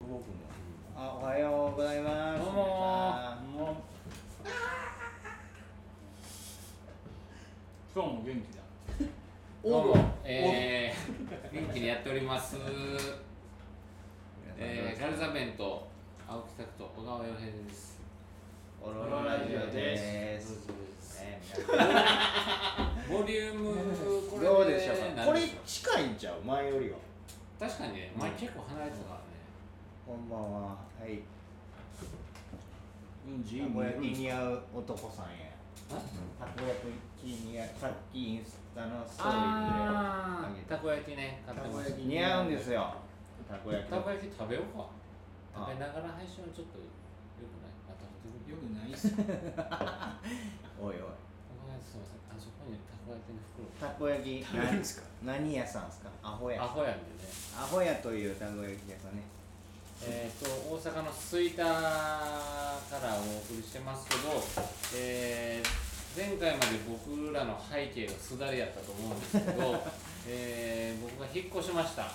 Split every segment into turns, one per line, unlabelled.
分だ
あおはようございます
どうも
あ
ーもう今日も元気だ
どう
どうも
も、えー、元気にやっております。えー、カルザベンと青木拓と小川洋平です。
オロロラジオです
ねボリュームこれ
どうでしょう
何
かこれ近いんちゃう前よりは
確かにね、前結構離れてたからね。
こんばんははい
うん自由
たこ焼き
に
似合う男さんやたこ焼き似合うさっきインスタのストーリー
あーたこ焼きね、買
で
って
たこ
ま
焼
す
き。似合うんですよたこ焼き
たこ焼き食べようか。
あ
食べながら配信はちょっと良くないあ食べてくる
よくないっす
おいおい
ごめんすいません、あそこにたこ焼きの袋。
たこ焼き
食べるんすか
な何屋さんですかアホ
ア
屋
ホやんでね。
アホ屋というたこ焼き屋さんね
えー、と大阪の吹田からお送りしてますけど、えー前回まで僕らの背景がすだれやったと思うんですけ ど、えー僕が引っ越しましたこ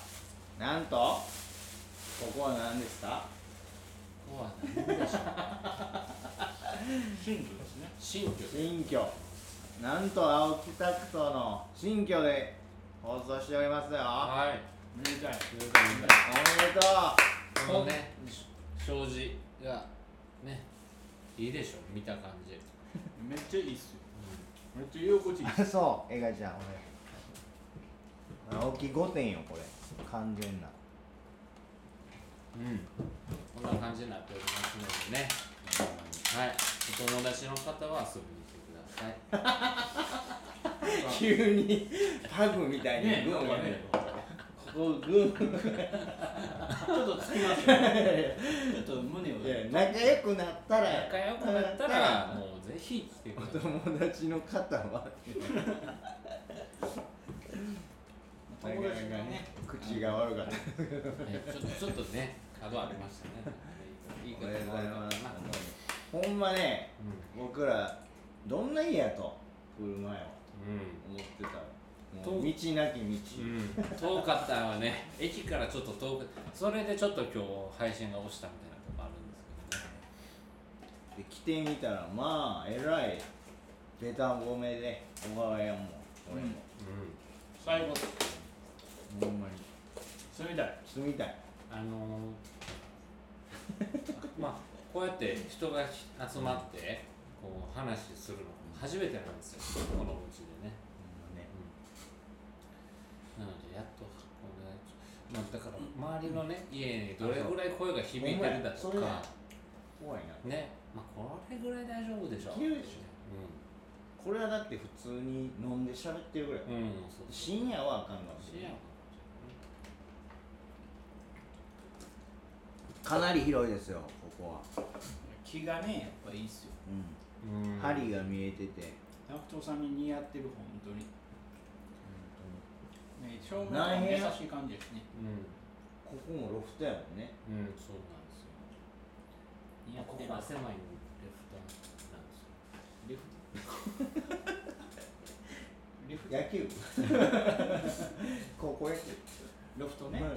なんとここは何ですか
こは何でしょう
シンプルですね
新居で
新居なんと青木拓人の新居で放送しておりますよお
はい
めでたい
ということで
めでと
このね障子がねいいでしょ見た感じ、
めっちゃいいっすよめっちゃ居心地いいっす
うそう映画ちゃん俺青木5点よこれ完全な
うん、こんな感じになっておりますのでねはいお友達の方は遊びに来てください
急にパグみたいに
ね
グ
なん
ー
かね
ここグー
ちょっとつきますよねちょっと胸を
で仲良くなったら
仲良くなったらもうぜひ来てく
お
ださい
友達の方は
友達がね
口が悪かった
ねちょっとちょっとね角ありましたねいい
お
方
めでとうございます
な
ほんまね
う
僕らどんな家やと来る前は
ん
思ってたも
と
う道なき道、
うん、うん、遠かったわね駅からちょっと遠くそれでちょっと今日配信が落ちたみたいなとこあるんですけどね
で来てみたらまあえらいベタ褒めで小川やんも俺も、
う
最後
ほんまに
住みたい
住みたい
んあのーまあこうやって人が集まってこう話するの初めてなんですよこのお家でね
ほんまね
なのでやっとこれ、まあ、だから周りのね、家にどれぐらい声が響いてるだと
ほんまや
か
怖いな
ね、まあ、これぐらい大丈夫でしょ
いけるでしこれはだって普通に飲んで喋ってるぐらい、
うん、うん、そうそう
深夜はあかんの
深夜は
かなり広いですよここは、
気がねやっぱいいっすよ
う
うん
ん、針が見えてて、
ナフトさんに似合ってる本当にね照明
何
も
部
優
屋
しい感じですね
う
ここもロフトやもんね
ん、うん、そうなんですよい
似合
や、
っ
こ
て
こ
ま
が
す
狭いのレフトなんですよ
レフレフ
野球 高校野球
ロフトね、
うん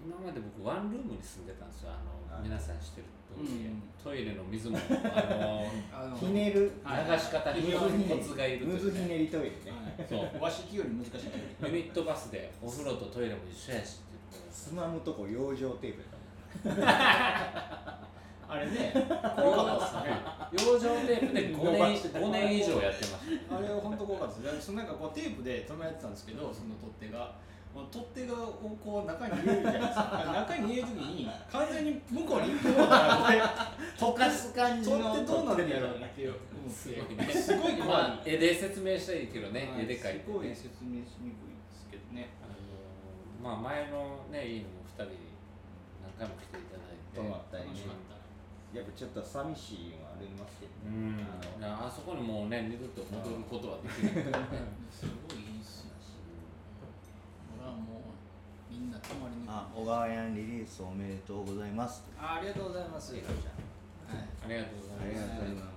今まで僕ワンルームに住んでたんですよあ
は
の
い
皆さん知ってる通り、
うん
トイレの水もあ の
あの
ひねる
はい
流し方
水
に
ひ
は
ね
コツがいると
む
い
ず
う
ひ
ね
ねりトイレね
はい和式より難しいけど
ユニットバスでお風呂とトイレも一緒やしって言って
つまむとこ養生テープやから
あれね
怖かったですね養生テープで5年5年以上やってまし
あれは本当怖かったですそのなんかこうテープで止められてたんですけどその取っ手がもう取っ手がをこう中に入れるじゃないです か中に入れる時に完全に向こうに行くようだからこれ
溶かす感じ
取
の
っ手どうなるんやろう
う
っていう思
たすごい
っ
ね
てすごい怖い、
まあ、絵で説明したらいいけどね、
はい
絵で描い
すご
て
い
ね
説明しにくいですけどね
あのーまあ前のね家にも2人何回も来ていただいて
泊まったりね
楽しかった
やっぱちょっと寂しいのはありますけど
う
ね
ん
あ
ああそこにもうね二度と戻ることはできな いからね
すごいいいっすね俺はもうみんな泊まりに
あ小川やんリリースおめでとうございます
あありがとうございます。はい、
ありがとうございます
ありがとうございま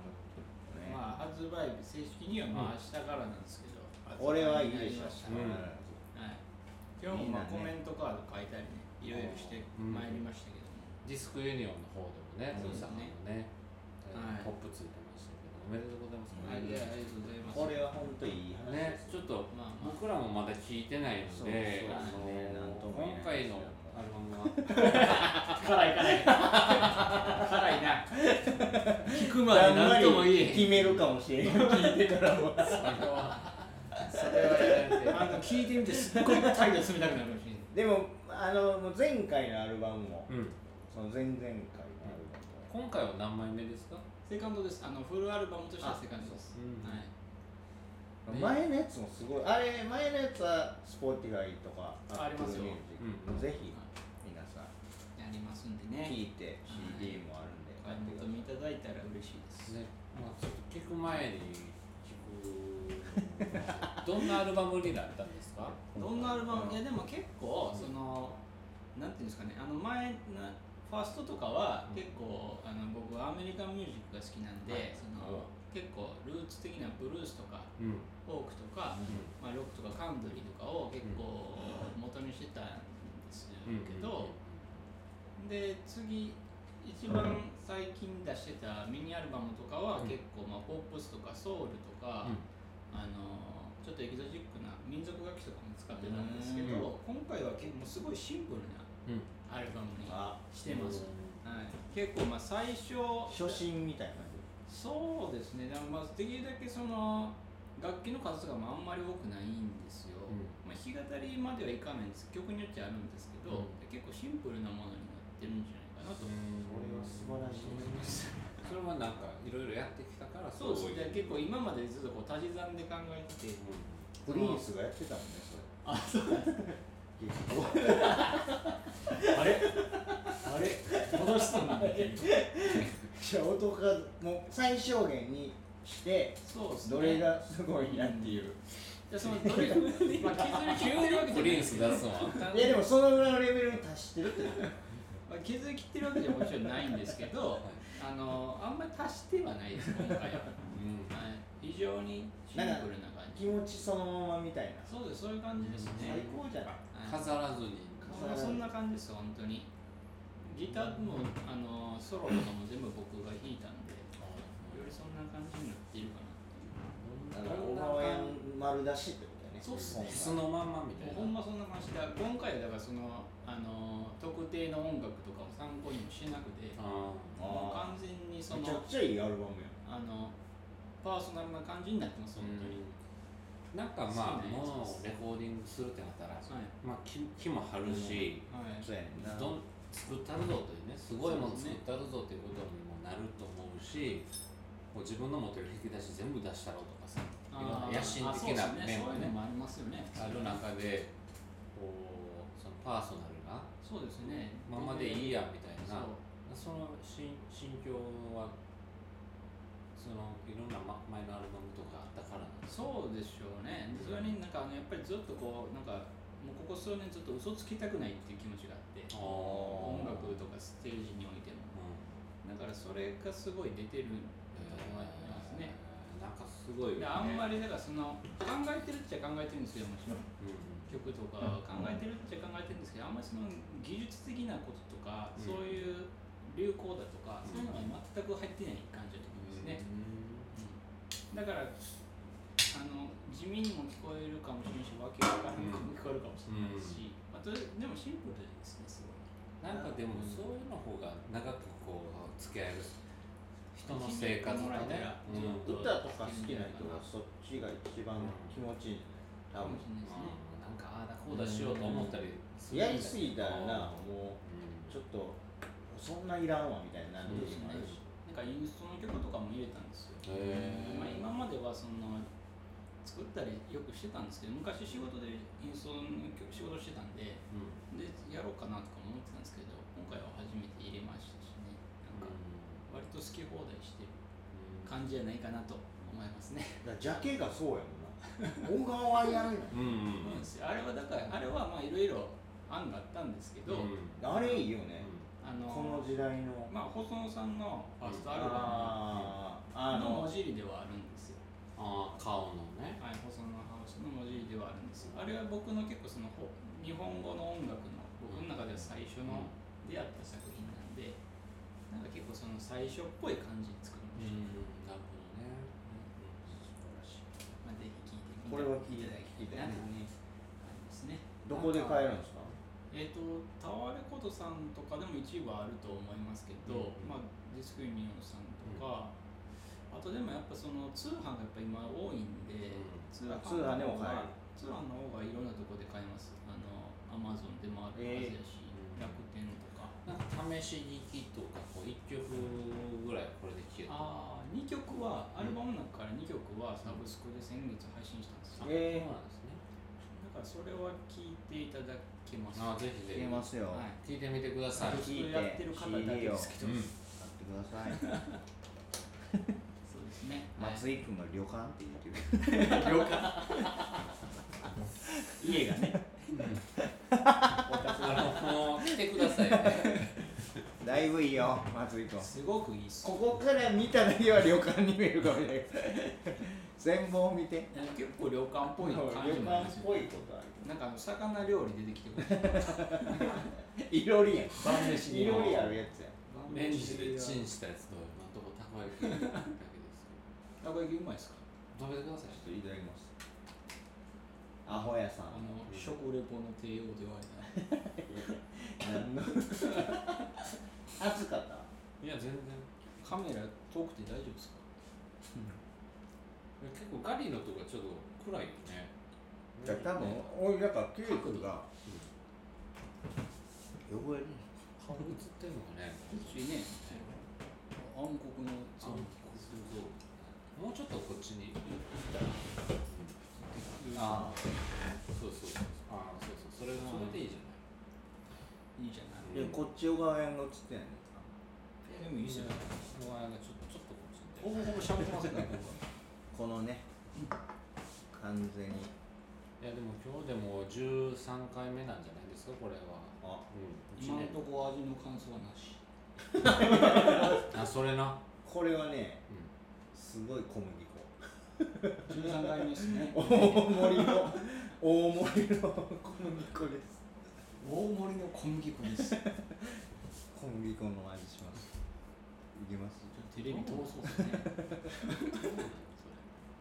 ね
すまあ、発売日、正式にはまあ明日からなんですけど、
俺はいいでし
発売になり
ょ
うん
ましたはい、今日もまあ
みんな
コ
ね
メントカード書いたりね、いろいろしてまいりまましたけども
ディスクユニオンの方でもね、
うん
大阪のね、
はい
ポップついてましたけど、おめでとうございます。
はいいやありがとうございます
これは本当いい話で
ね
す、
ちょっと
まあまあ
僕らもまだ聞いてないので、
そう
あ
そうですねなんと
の
も言えないです
今回
よ
のアルバムは辛い辛い辛いな聞くまで何とも言えへん
決めるかもしれない聞いてたらもう
それはそれはやられて
あの聞いてみてすっごい態度冷たくなるかもしれない
でもあのもう前回のアルバムも
うん
その前々回のアルバムも
今回は何枚目ですか
セカンドですあのフルアルバムとしてはセカンドです
うん
はい
ね
前のやつもすごいあれ前のやつは Spotify とか
ありますよ
Apple Music
うん
ぜひ皆さん
やりますんでね
聴いて CD もあるんで
お買い求めいただいたら嬉しいです
ねまあちょっと聞く前に聞くどんなアルバムになったんですか
どんなアルバム、いや
ね
でも結構そのなんていうんですかねあの前なファーストとかは
うん
結構あの僕はアメリカンミュージックが好きなんで、その結構ルーツ的なブルースとか
うんうん
フォークとか、まあ、ロックとかカントリーとかを結構元にしてたんですけど、で次一番最近出してたミニアルバムとかは
うん
結構、まあ、ポップスとかソウルとか、あのちょっとエキゾチックな民族楽器とかも使ってたんですけど、今回は結構すごいシンプルな
うんうん
アルバムに
あ
してます、はい、結構まあ最初
初心みたいな
そうですねでもまあできるだけその楽器の数があんまり多くないんですよ、
うん
まあ、弾き語りまではいかないんです曲によってはあるんですけ
う
ど、
ん
結構シンプルなものになってるんじゃないかなと思い
それは素晴らしい
ます、
それはなんかいろいろやってきたから
そ
い
うですね結構今までずっとこう足し算で考えてて
プリンスがやってたもんねそれ
あそう
結構
あれあれ戻したんだね
じゃあ音がもう最小限にして
そうですね
どれがすごいなっていう、
じゃあそのどれまあ削り切ってるわけじ
プ
ゃない
リンス出すのはあかん
いやでもそのぐらいのレベルに達してるって
まあ、削り切ってるわけじゃもちろんないんですけどあのあんまり足してはないです今回は、
う
はい、非常にシンプルな感じ
気持ちそのままみたいな
そうですそういう感じですね
最、高じゃない
ん
はい
飾らずに
飾らず
そんな感じですよ本当にギターもあのソロとかも全部僕が弾いたんでよりそんな感じになっているかな
だから小川屋丸出しってことだよね
そうっすね
そのまんまみ
ってい
た
う
い
もうほん
な
まそんな感じで今回はだからそのあの特定の音楽とかを参考にもしなくて
あ
あー
もう完全にそ
めちゃ
の
くちゃいいアルバム
あのパーソナルな感じになってます
ー
本当に、
うんなんかまあものをレコーディングするってなったらまあ木木も張るし、
はい、は
や
い
そうやねんな
どん作ったるぞというねすごいもの作ったるぞということにもなると思うしこう自分の持ってる引き出し全部出したろうとかさいろんな野心的な面も
もねそういうの
ね
もありますよね
ある中でこうそのパーソナルな
そうですね
ままでいいや
や
みたい
そう
なその心心境はそのいろんなま前のアルバムとかあったからなんです
そうでしょうねそれになんかあのやっぱりずっとこうなんかもうここ数年ずっと嘘つきたくないっていう気持ちがあって
あ
音
音
楽とかステージにおいてもだからそれがすごい出てるんだと思いますね
なんかすごいよね
であんま
り、
りだからその考えてるっちゃ考えてるんですよもちろん
うん
曲とか考えてるっちゃ考えてるんですけどあんまりその技術的なこととか、
うん
そういう流行だとか、
うん
そういうのが全く入ってない感じだと思うんですね、うんだからあの地味にも聞こえるかもしれないし訳わからんくも聞こえるかもしれないし、まあ、とりあえずでもシンプルですねすごい
なんかで
う
も
ん
そういうの方が長くこう付き合える人の生活と
聞いてもらえた
ね
ら、
うん
ずっ
歌とか好きな人はそっちが一番気持ちいいんじゃない多
かも
分
しれないですね、
なんかああだこうだしようと思ったりするん
や
だけど
りすぎたらなも
うん
うちょっとそんないらんわみたいになる時もあるし
なんかインストの曲とかも入れたんですよ
へー
まあ、今まではその作ったりよくしてたんですけど昔仕事でインストの曲仕事してたんで
うん
でやろうかなとか思ってたんですけど今回は初めて入れましたしねなんか割と好き放題してる感じじゃないかなと思いますね、
だからジャケがそうやもんな小川はやらない
うんうんうん
うん あれはだからあれはまあいろいろ案があったんですけど、
うん
あれいいよね
あ
こ
の
の時代の
まあ細野さんのファーストアルバ
あーあの
ムの文字入りではあるんですよ
ああ顔のね
はい、細野ハウスの文字ではあるんですよあれは僕の結構そのほ日本語の音楽の僕の中では最初の、で出会った作品なんでなんか結構その最初っぽい感じに作りまし
な
た、
るほどね、
まあ、ぜひ聞いてみ
こ
て
れは聞いて
いただきたいなとねありますね
どこで買えるんですか
えー、とタワレコトさんとかでも一部はあると思いますけど、
うん
まあ、ディスクユニオンさんとか、あとでもやっぱその通販がやっぱ今多いんで、
うん
通販
通販でも買える
通販の方がいろんなとこで買えますあのアマゾンでもあるはずやし、
えー
楽天とか
なんか試し聞きとかこう1曲ぐらいこれで聴けた
ああ2曲はアルバムの中から2曲はサブスクで先月配信したんで
え
すよ、だ
そうなんですね
からそれは聞いていただけます
あぜひ
え聞けま
ぜひ
すよ、
はい
聴いてみてください、
聞いて
やってる方だけですけど、
うん
買ってください
そうですね、はい
松井君が旅館って言ってる
了 解
家がね
あのもう来てください ね
だいぶいいよ松井君
すごくいいっす
ここから見ただけは旅館に見えるかもしれない全貌を見て
なんか結構旅館っぽい
旅
感じもあり
館
ま
っ
すよ
ぽいことある
なんかあの魚料理出てきてくれた
いろりやん
晩飯
いろりあるやつや
レンジでチンしたやつと今んとこたこ焼きだけです
たこ焼きうまいっすか
けど食べてください
ちょっといただきますアホ屋さ
あ
ん
の食レポの帝王と言われた
何の 暑かった
いや全然
カメラ遠くて大丈夫ですか
結構ガリのとこがちょっと暗いよね
じゃあ多分俺だからケイ君が汚れる
顔映ってんのかね
うちね暗黒の
あこうするともうちょっとこっちに
あ
あ
そうそうそうああそうそうそれもそれでいいじゃない
いいじゃな
あい
い
やこっち側が映ってない
でもいいじゃない
お前がちょっとちょっとこっち
ほぼ
に
ほぼ喋ってますね
このね完全に
いやでも今日でも13回目なんじゃないですかこれは
あ
うん一
今の
年
とこ味の感想はなし
あそれな
これはね
うん
すごい小麦
13回目です ね
粉大盛りの大盛りの小麦粉です
大盛りの小麦粉ですちょっ
小麦粉の味しますいきます
とテレビ通そうですね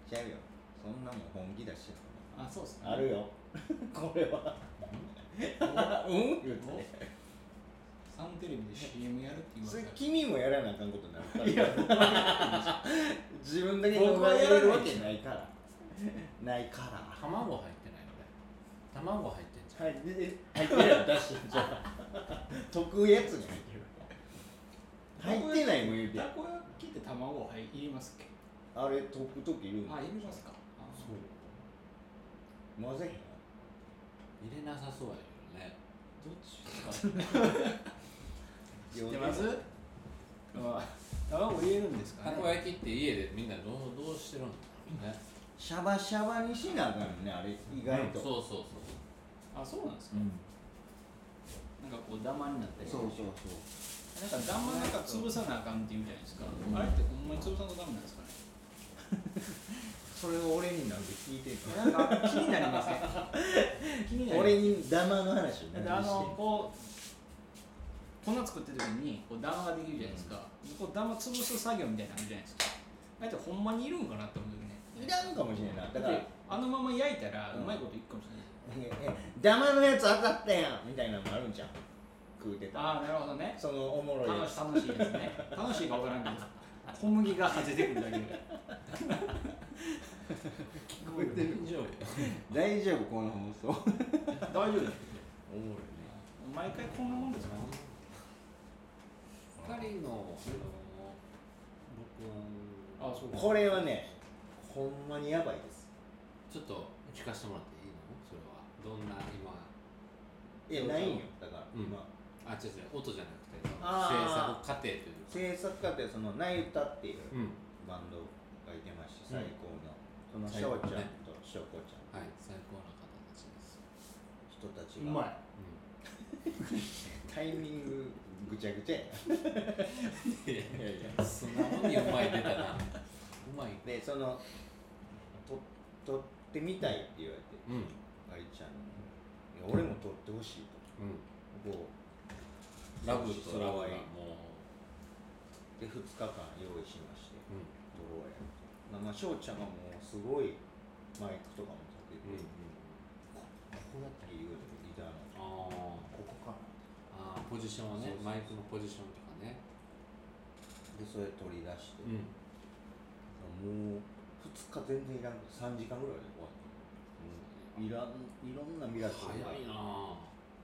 ちゃうよそんなもん本気出してる
あそうっすね
あるよ これはうん言うてね
サンテレビで CM やるって言わ
そ
れ
れ
たら
君もやらなあかんことになるから自分だけ
僕はやらない
るわけないからないから
卵入ってないのね卵入ってんじゃん
はいで入ってるや出してじゃあ 得意やつに入ってる入ってないもん言うて
たこ焼きって卵はい入れますっけ
あれ得く時いるの
あ入れますかあ
そう
混ぜへん
入れなさそうやけどね
どっちですか
知
知ってますあ卵入れるんですか
た
ね
こ焼きって家でみんなどうどうしてるんだろうね
シャバシャバにしなあかんよねあれ意外と、
そうそうそう
あそうなんですか
うん
なんかこうダマになったり
そうそう
なんかダマなんか潰さなあかんって言うじゃないですかあれってほんまに潰さんとダメなんですかね
そうそれを俺になんて聞いてんの
なんか気になりま せん気になります
俺にダマの話を
だってあのこう粉作ってる時にこうダマができるじゃないですか、こうダマ潰す作業みたいなのあるじゃないですかだってほんまにいるんかなって思うよね
いらんかもしれんないだ
だ
か
かららあのまま焼いたらう
うん
まいこといくかもしれない、
「ダマのやつ当たったやん」みたいなのもあるんじゃん食うてた
ああなるほどね
そのおもろい
楽
や
し楽しいですね楽しいか分からんけど小麦が外れてくるだけで
こえてる
大丈夫よ
つ大丈夫この放送
大丈夫です
おもろいね
毎回こんなもんですか
光のあの録音
あそうか
これはねほんまにやばいです
ちょっと聞かせてもらっていいのそれはどんな今
いやないんよだから、
うん
今
あ違う違う音じゃなくて制
あ
作過程という
制
か
作家ってその「ナイタ」っていう
うん
バンドがいてまして
う
最
ん
高の、その
最
翔
高
ちゃん
ね
と翔子ちゃん
はい最高な形です
人たち
う
が
まい
うん
タイミングぐちゃぐちゃやない
やいやいや素直にうまい出たなうまい
でそのと撮ってみたいって言われて
うんうん
ありちゃんにいや俺も撮ってほしいとこう
ラブとラブがもう、
で2日間用意しまして
うん
ドローやまあ翔ちゃんがもうすごいマイクとかも立てて、
うん
ここだったら言うのギターの
あー
ここかな
あーポジションはね
そうそう
マイクのポジションとかね、
でそれ取り出して、
うん、
もう2日全然いらん3時間ぐらいで終わったいらんいろんなミラク
早
ルが
いなあ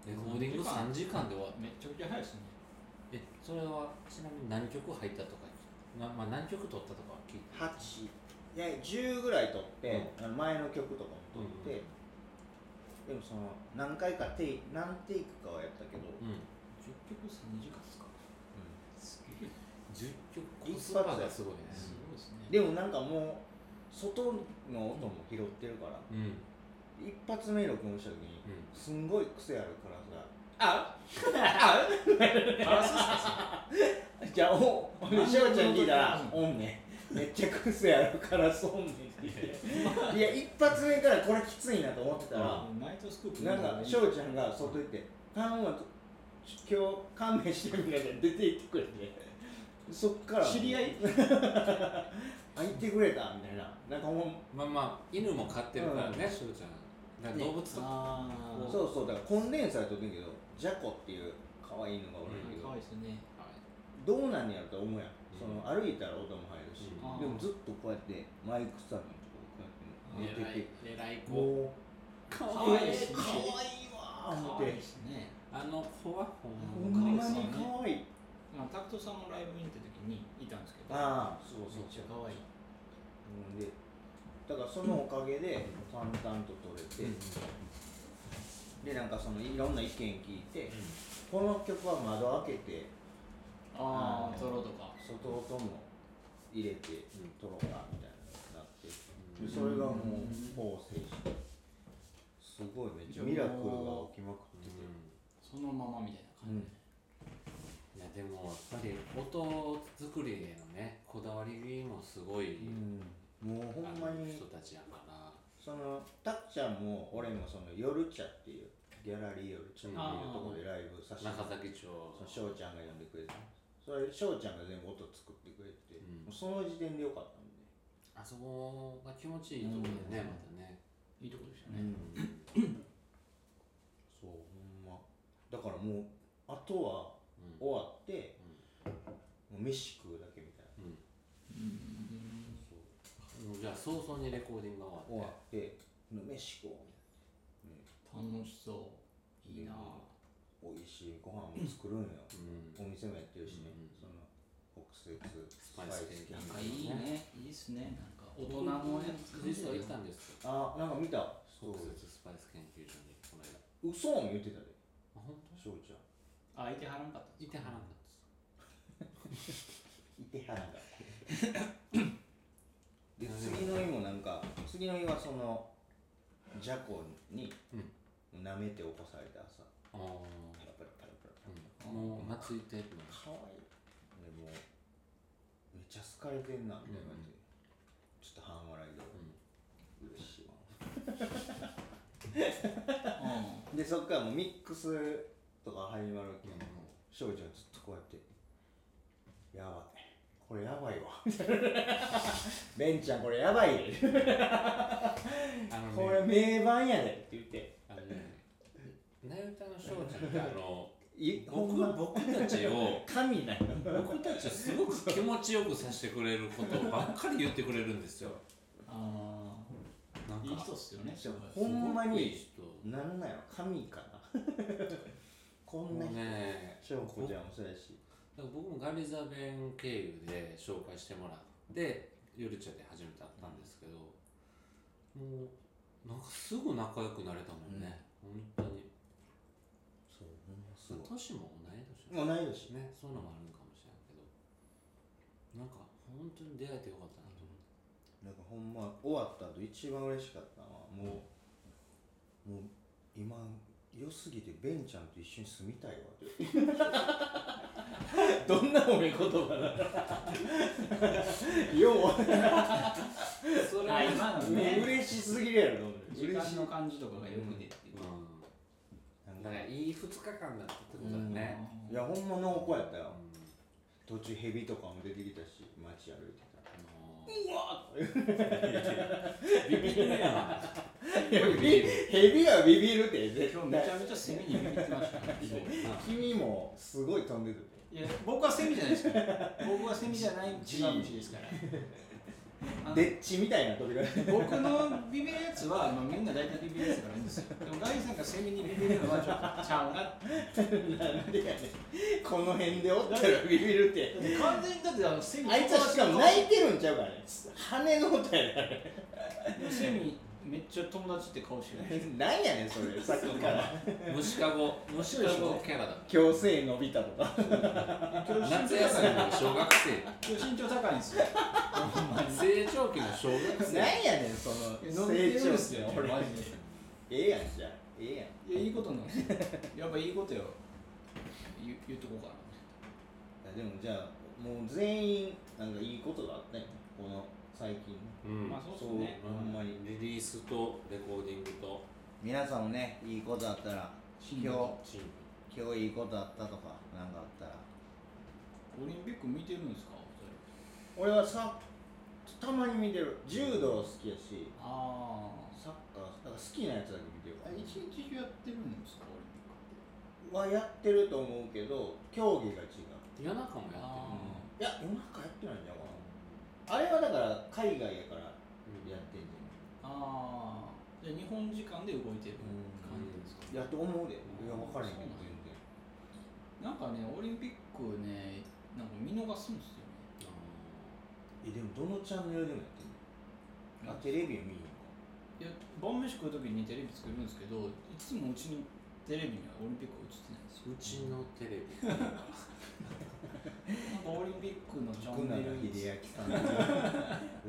レコーディング3時間で終わった
めっちゃくちゃ早いですね
えそれはちなみに何曲入ったとかな、まあ、何曲撮ったとかは聞いて
8で10ぐらい撮って、あの前の曲とかも撮って、でもその何回かテイ何テイクかはやったけど、
うん
10曲3時間ですかすげえ
10曲
一
コス
発
パがすごいね
すごいですね
でもなんかもう外の音も拾ってるから、
うんうん
一発目録音した時にすんごい癖あるからさあ
バランスですか
じゃあおお
何
しおちゃん聞いたら「
何
おんねんめっちゃ癖あるからそうねん」って言っていや一発目からこれきついなと思ってたら、
それナイトスクープ
なんか翔ちゃんが外行って「頼むわ今日勘弁してみたいな」出て行ってくれてそっから
知り合い
あ行ってくれたみたいななんかもう
まあまあ犬も飼ってるからね、
うん
しゅうちゃんだから動物とか、
ああ
そうそうだからコンデンサーで撮ってんけどジャコっていう可愛い犬がおるんやけ
か
ど
わいいですね
どうなんやろと思うやんそ
うん
の歩いたら音も入るし
うん
でもずっとこうやってマイクスタンドのとこにこうやって寝
偉
て
い
て
偉い子
もう
か
可
可
愛
愛
い
い
しね
わー思っ
可愛い
て
ですね
あの子はほ
ほ
んま
ん
に
まに可愛い
まあタクトさんのライブに行った時にいたんですけど
ああ
そうそうめっちゃ可愛い
うんでだからそのおかげで淡々と撮れて、
うん
でなんかそのいろんな意見聞いて、この曲は窓開けてあ
ああ
ー
トロとか
外音も入れて
うん
撮ろうかみたいななって、
うん
でそれがも
うん
う構成してすごいめっちゃミラクルが起きまくってて、
そのままみたいな感じ
い
で
やでもやっぱり音作りへのねこだわりもすごい、
うんもうほんま
ある
に
人たちやから
そのたっちゃんも俺もその夜茶っていうギャラリー夜茶っていうところでライブさせてもらって
中崎町
その翔ちゃんが呼んでくれたのそれ翔ちゃんが全部音作ってくれて、
うん
もうその時点でよかったんで、
あそこが気持ちいいところでね、
うん
またね、
いいとこでしたね
そうほんまだからもうあとは終わって、もう飯食うだけみたいな
うん
そう
うんうん、じゃあ早々にレコーディングが
終
終わ
わ
っ
って飯食おうみ
楽しそういいな
たいな、ね、美味しいご飯も作るんよ、
て、うん、
お店もやってるしね、
うん
その北節ス
パイス系
なんかいいねいいっすねなんか大人のやつ
実は行ったんですよ
あなんか見たそう
直接スパイス研究所にこの間
嘘も言ってたで
あ本
翔ちゃん
あいてはらんかった
当いてはらんかったです
いてはらんかったで次の日もなんか次の日はそのジャコに舐めて起こされて朝
あ
パラパラパラパラパラ
あ、うん、もう懐いてるの
かわいいでもうめっちゃ好かれてんなみたいな感じで、ちょっと半笑いで嬉しいわ
う
でそっからもうミックスとか始まるわけやん
うん
翔ちゃんずっとこうやって「やばいこれやばいわ」 ベンちゃんこれやばいで」
あの ね
これ名盤やでって言って
あのねなゆたの翔ちゃんってあの
いほん
僕
ま
僕たちを
神なんよ
僕たちをすごく気持ちよくさせてくれることばっかり言ってくれるんですよ
んあ
なん
あ
か
いい人っすよねすごい
ほんまに
いい人
なんなんやろ神か なこんな
もう
人
ね
翔子ちゃんもそうやし
だから僕もガリザベン経由で紹介してもらって夜茶で初めて会ったんですけど、もうなんかすぐ仲良くなれたもんね、本当に
そうほんます
まあ年も同い年
ごい同い年
ね、そういうのもあるんかもしれないけどなんか本当に出会えてよかったなと思って、
なんかほんま終わった後一番嬉しかったのはもう、もう今良すぎてベンちゃんと一緒に住みたいわって どんな褒め言葉だよ
それは今の
う
ね
嬉しすぎるやろ
時
嬉
間
しい
の感じとかがよく出てる
うん
なん
なんかいい2日間だったってことだね、
いやほんま濃厚やったよ途中ヘビとかも出てきたし街歩いてた
うわ
ビビる やな
ヘビはビビるって
ー
絶
今日めち
対
ゃめちゃセミに見てましたね
君もすごい飛んでたで
いや僕はセミじゃないですから僕はセミじゃない違う虫ですからあの
でっちみたいな飛び方
僕のビビるやつは、まあ、みんな大体ビビるやつからいいんですよでもガイさんがセミにビビるのはちょっとちゃうなって
なんでやねんこの辺でおったらビビるって
で完全にだってあのセミ
あいつはしかも泣いてるんちゃうからね羽の音やから
セミめっちゃ友達って顔してる
なんやねんそれさっきから
虫かご虫かごキャラだ
強制伸びたとか
夏休みの小学生
今日身長高いんですよほんまに
成長期の小学
なん
生
やねんそ
え
の
伸びて
成長
るん
期
ですよ
俺
マジで
ええやんじゃあええやん
いやいいことなんですよやっぱいいことよ言言っとこうか
あでもじゃあもう全員なんかいいことがあったよねこの最近ね
うん
な、まあそうですね
ほんまに
リリースとレコーディングと
皆さんもねいいことあったら
新
今日
チーム
今日いいことあったとかなんかあったら
オリンピック見てるんですかお二人
俺はさたまに見てる柔道好きやし
あ
サッカーなんか好きなやつだけ見てる
あ
から
一日中やってるんですかオリンピック
は
って
やってると思うけど競技が違う
夜中もや
あ
いや夜中やってないんじゃんあれはだから海外やからや
っ
ってん
てる
じ
ああじゃあ日本時間で動いて
う
る
ん
感じですか
ゃんやと思うでいや分からへんけど
そう
全然
なんかねオリンピックねなんか見逃すんですよね
えでもどのチャンネルでもやってんのあテレビは見るのか
いや晩飯食う時にテレビ作るんですけどいつもうちのテレビにはオリンピックは映ってないんです
う
よ
ちのテレビ
なんかオリンピックのチャ
徳
ン
永
ネルに
英明さんの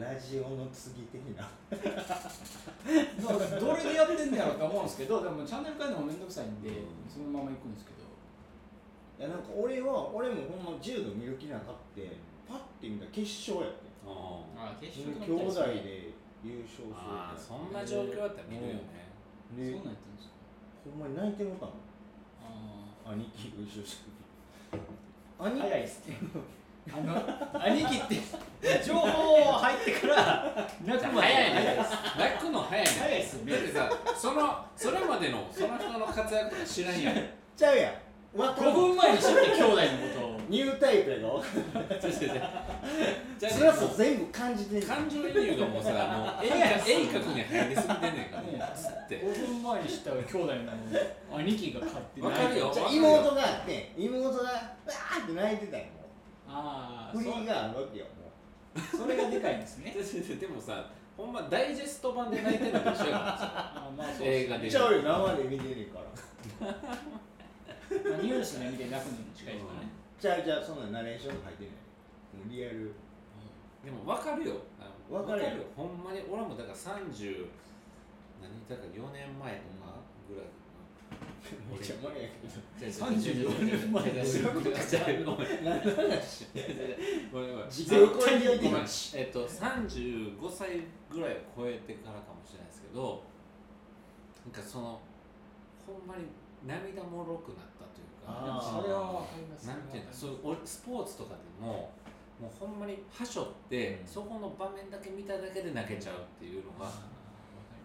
ラジオの次的な
だからどれでやってんねやろと思うんですけどでもチャンネル変えるのもめんどくさいんで
うん
そのまま行くんですけど
いやなんか俺は俺もほんま柔道見る気なかってパッて見たら決勝やって
あ
ああ決
ん
勝とか
兄
見
弟
たりして
で優勝する
あそん
な
な
状
状
況
況
だ
だっ
っ
たたら
ら見
見
で
るよね
るよねそうなんや
ほんまに泣い
ってるんですか
てもうたもん
ああ
兄貴優勝して兄
早いっすねあの兄貴って情報入ってから泣くまで
早いね泣くの早いね
早いっすよね
だってさそのそれまでのその人の活躍とか知らんやん
ちゃうやんわかる
5分前に知って兄弟のことを
ニュータイプやが
違う違う違うじゃあ
それはそう全部感じてんじゃん
感情移入が もうさもう鋭角鋭角に入りすぎてんねんからねつって
5分前に知った兄弟の兄貴が勝って
わかるよ
じゃあ妹があって妹がわーって泣いてたよも
ああ
う振りがあるわけよもう
それがでかいんですね
違う違う違うでもさほんまダイジェスト版で泣いてるのと一緒やか
あまあ
ら
そ
さ
うで
映
すね
画で
ちゃうよ生で見てるから
まあニュースの見て泣くのに近いですかね
じゃあじゃあそんなナレーションとか入ってないもうリアル
でも分かるよあの
分かるよ
ほんまに俺もだから30何だから4年前とかぐらい
めっちゃ前やけど
34年前だ
違う 違う違うごめん
何の話
ごめんごめん
自分これに置いて
ごめん
る
えっと35歳ぐらいを超えてからかもしれないですけどなんかそのほんまに涙もろくなったというか
あー
それはわかります
なんていうんだそう俺スポーツとかでももうほんまにはしょって、
うん
そこの場面だけ見ただけで泣けちゃうっていうの
あ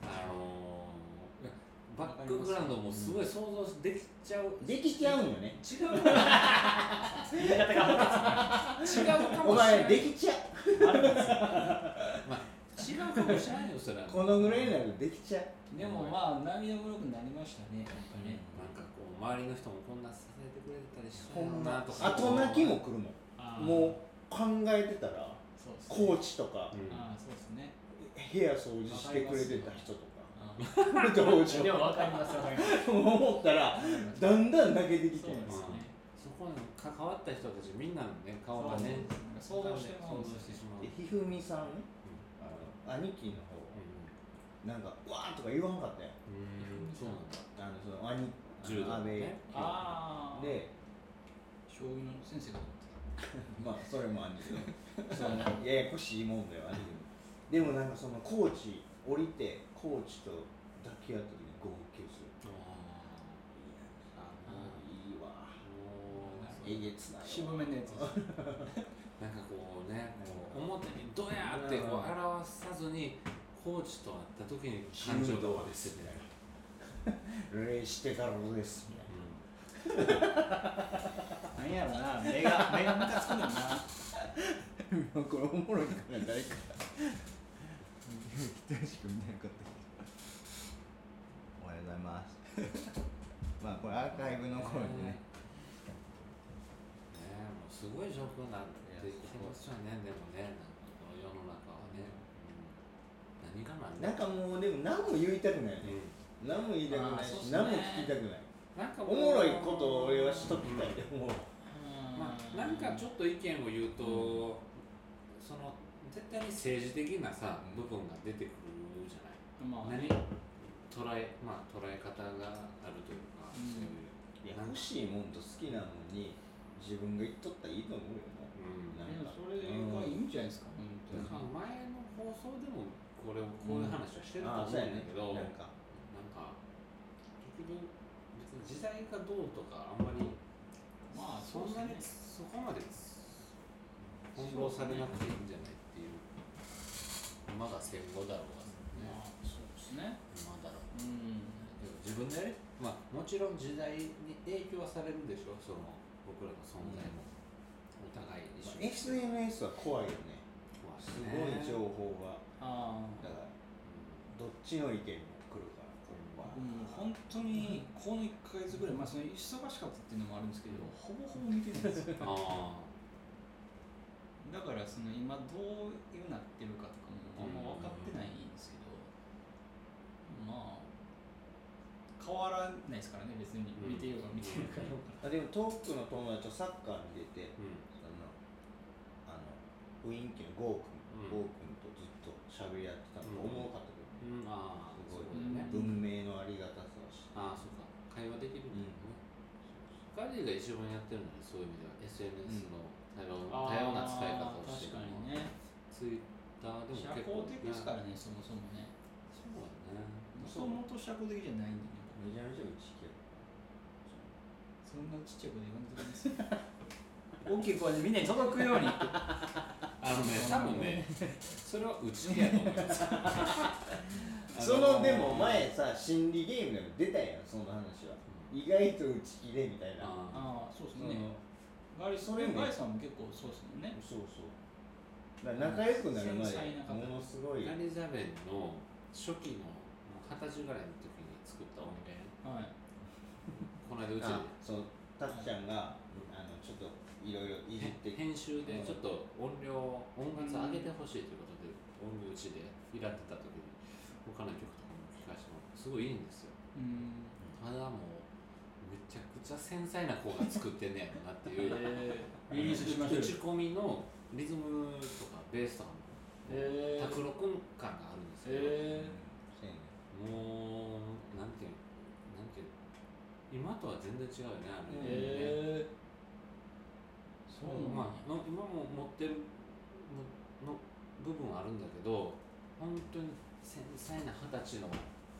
ーわ
が、
か
あのーバッ
ります
クグラウンドもすごい想像できちゃう、
できちゃうんよね
違うか
言い方が
も違うか
お
もしれ
前
な
で
い、
きちゃう
まあ、違うかもしれないよそれは
このぐらいになるとできちゃう
でもまあ涙もろくなりましたねやっぱね
なんかこう周りの人もこんな支えてくれてたりした
ほん
んだな
ま
とか
後泣きも来る
あ
もん
ー
もう考えてたら
そうですね
コーチとか
うん
ああそうですね
部屋掃除してくれてた人と
あ
か同
ーで
情
もわかりますわかります
思ったらだんだん泣けてきて
そうなんですよね
そこに関わった人たちみんなのね顔がね
想像してま
想
う
像してしまう、
でひふみさんねあの兄貴の方なんかわーとか言わんかったよ
うんそうな
あ
んだ
のその兄
柔
あの
道
安倍
ね
ああ
で
将棋の先生が
まあそれもあるんですけどそのややこしいもんだよあれでもでもなんかそのコーチ降りてコーチと抱き合った時に号泣する
あ
えげつないわ
渋めのやつです
なんかこうね、もう表にドヤーってこう表さずに、コーチと会った時に感情どうですみたいな。
礼してからですみたい
うん
なんやろな目が 目がムカつくんだな
なこれおもろいから誰か人しか見なかったおはようございますまあこれアーカイブの頃にね
ねえもうすごい状況になってきてますよね、でもね、なんかこの世の中はね。うん
なん
何がなんだ
かもうでも何も言いたくないよ
う
ね
ん
何も言いたくな
あー
いし
そうっすね
何も聞きたくない
なんか
お
こう
もろいことを俺はしときたいって思う
まあ、なんかちょっと意見を言うと、その絶対に政治的なさ、
うん
部分が出てくるじゃない。
まあ
何捉え、まあ、捉え方があるというか、
うん
そういう。
いや欲しいもんと好きなもんに自分が言っとったらいいと思うよな
うん
でもそれがいいんじゃないですか
だ
本
か
当
ら
に
前の放送でもこれをこういう話はしてると
あ
思
あ
うん
そう
だ
やね
けど、
なんか
なんか結局別に時代がどうとかあんまり
まあ
そん
そう
なに
ですね
そこまで翻弄されなくていいんじゃないっていう馬が戦後だろうが
まあそうですね
馬だろう
うん
でも自分でやれまあもちろん時代に影響はされるでしょその僕らの存在も、お互い一緒に
SNS は怖いよね
怖い
すご
ね
い情報が
あ
だか
あ
らどっちの意見も来るからこ
う
れは
ん本当にこの1か月ぐらい、まあ、その忙しかったっていうのもあるんですけどほぼほぼ見てないん ですよ
ああ
だからその今どういうなってるかとかもあんま分かってないんですけどまあ変わらないですからね別に見てようが見てるかようが
あでもトークの友達とサッカーに出て
うん
そのあの雰囲気のゴー君、ゴー
うん
君とずっと喋り合ってたのが
うん
おもろかったけど、
うん、ああ、
すご
そう
い
だよね。
文明のありがたさを知って
ああ、そうか。会話できるんだよね。ガリーが一番やってるのはそういう意味では SNS の多様
あ
多様
ー
な使い方をして
確
る
か
の
にね
ツイッターでも結
社
構
交的ですからねそもそもね
そうだね。
もともと社交的じゃないんでね
めちゃめちゃ打ち切る
そんなちっちゃいこと言わんときますよ大きい声でみんなに届くように
あのね、多分ね、それはうちでやと思います。
そのでも前さ心理ゲームでも出たやんその話は意外と打ち切れみたいな
あ
ああそうです
その
ねガリそ
れ
れ
も
ガリさんも結構そうですもんね
そうそうだから仲良くなるまで
繊細な方
ものすご
あ、
い
ガリザベンの初期の二十歳ぐらいの時に作った音源、
はい
この間うちで
あそうたっちゃんがあのちょっといろいろいじって
編集でちょっと音量音圧上げてほしいということで音量うちでいらってた時に他の曲とかも聞かせてもらってすごいいいんですよ
うん
ただもうめちゃくちゃ繊細な子が作ってんねやろなっていう
リリースしましょう
打ち込みのリズムとかベースとかも
え
卓録感があるんですけど、
え
せやね
もうなんていうなんていう今とは全然違うよねあの
ー、
ね、
え
そ
そうう
ま
ま
あの今も持ってるのの部分はあるんだけど本当に繊細な二十歳の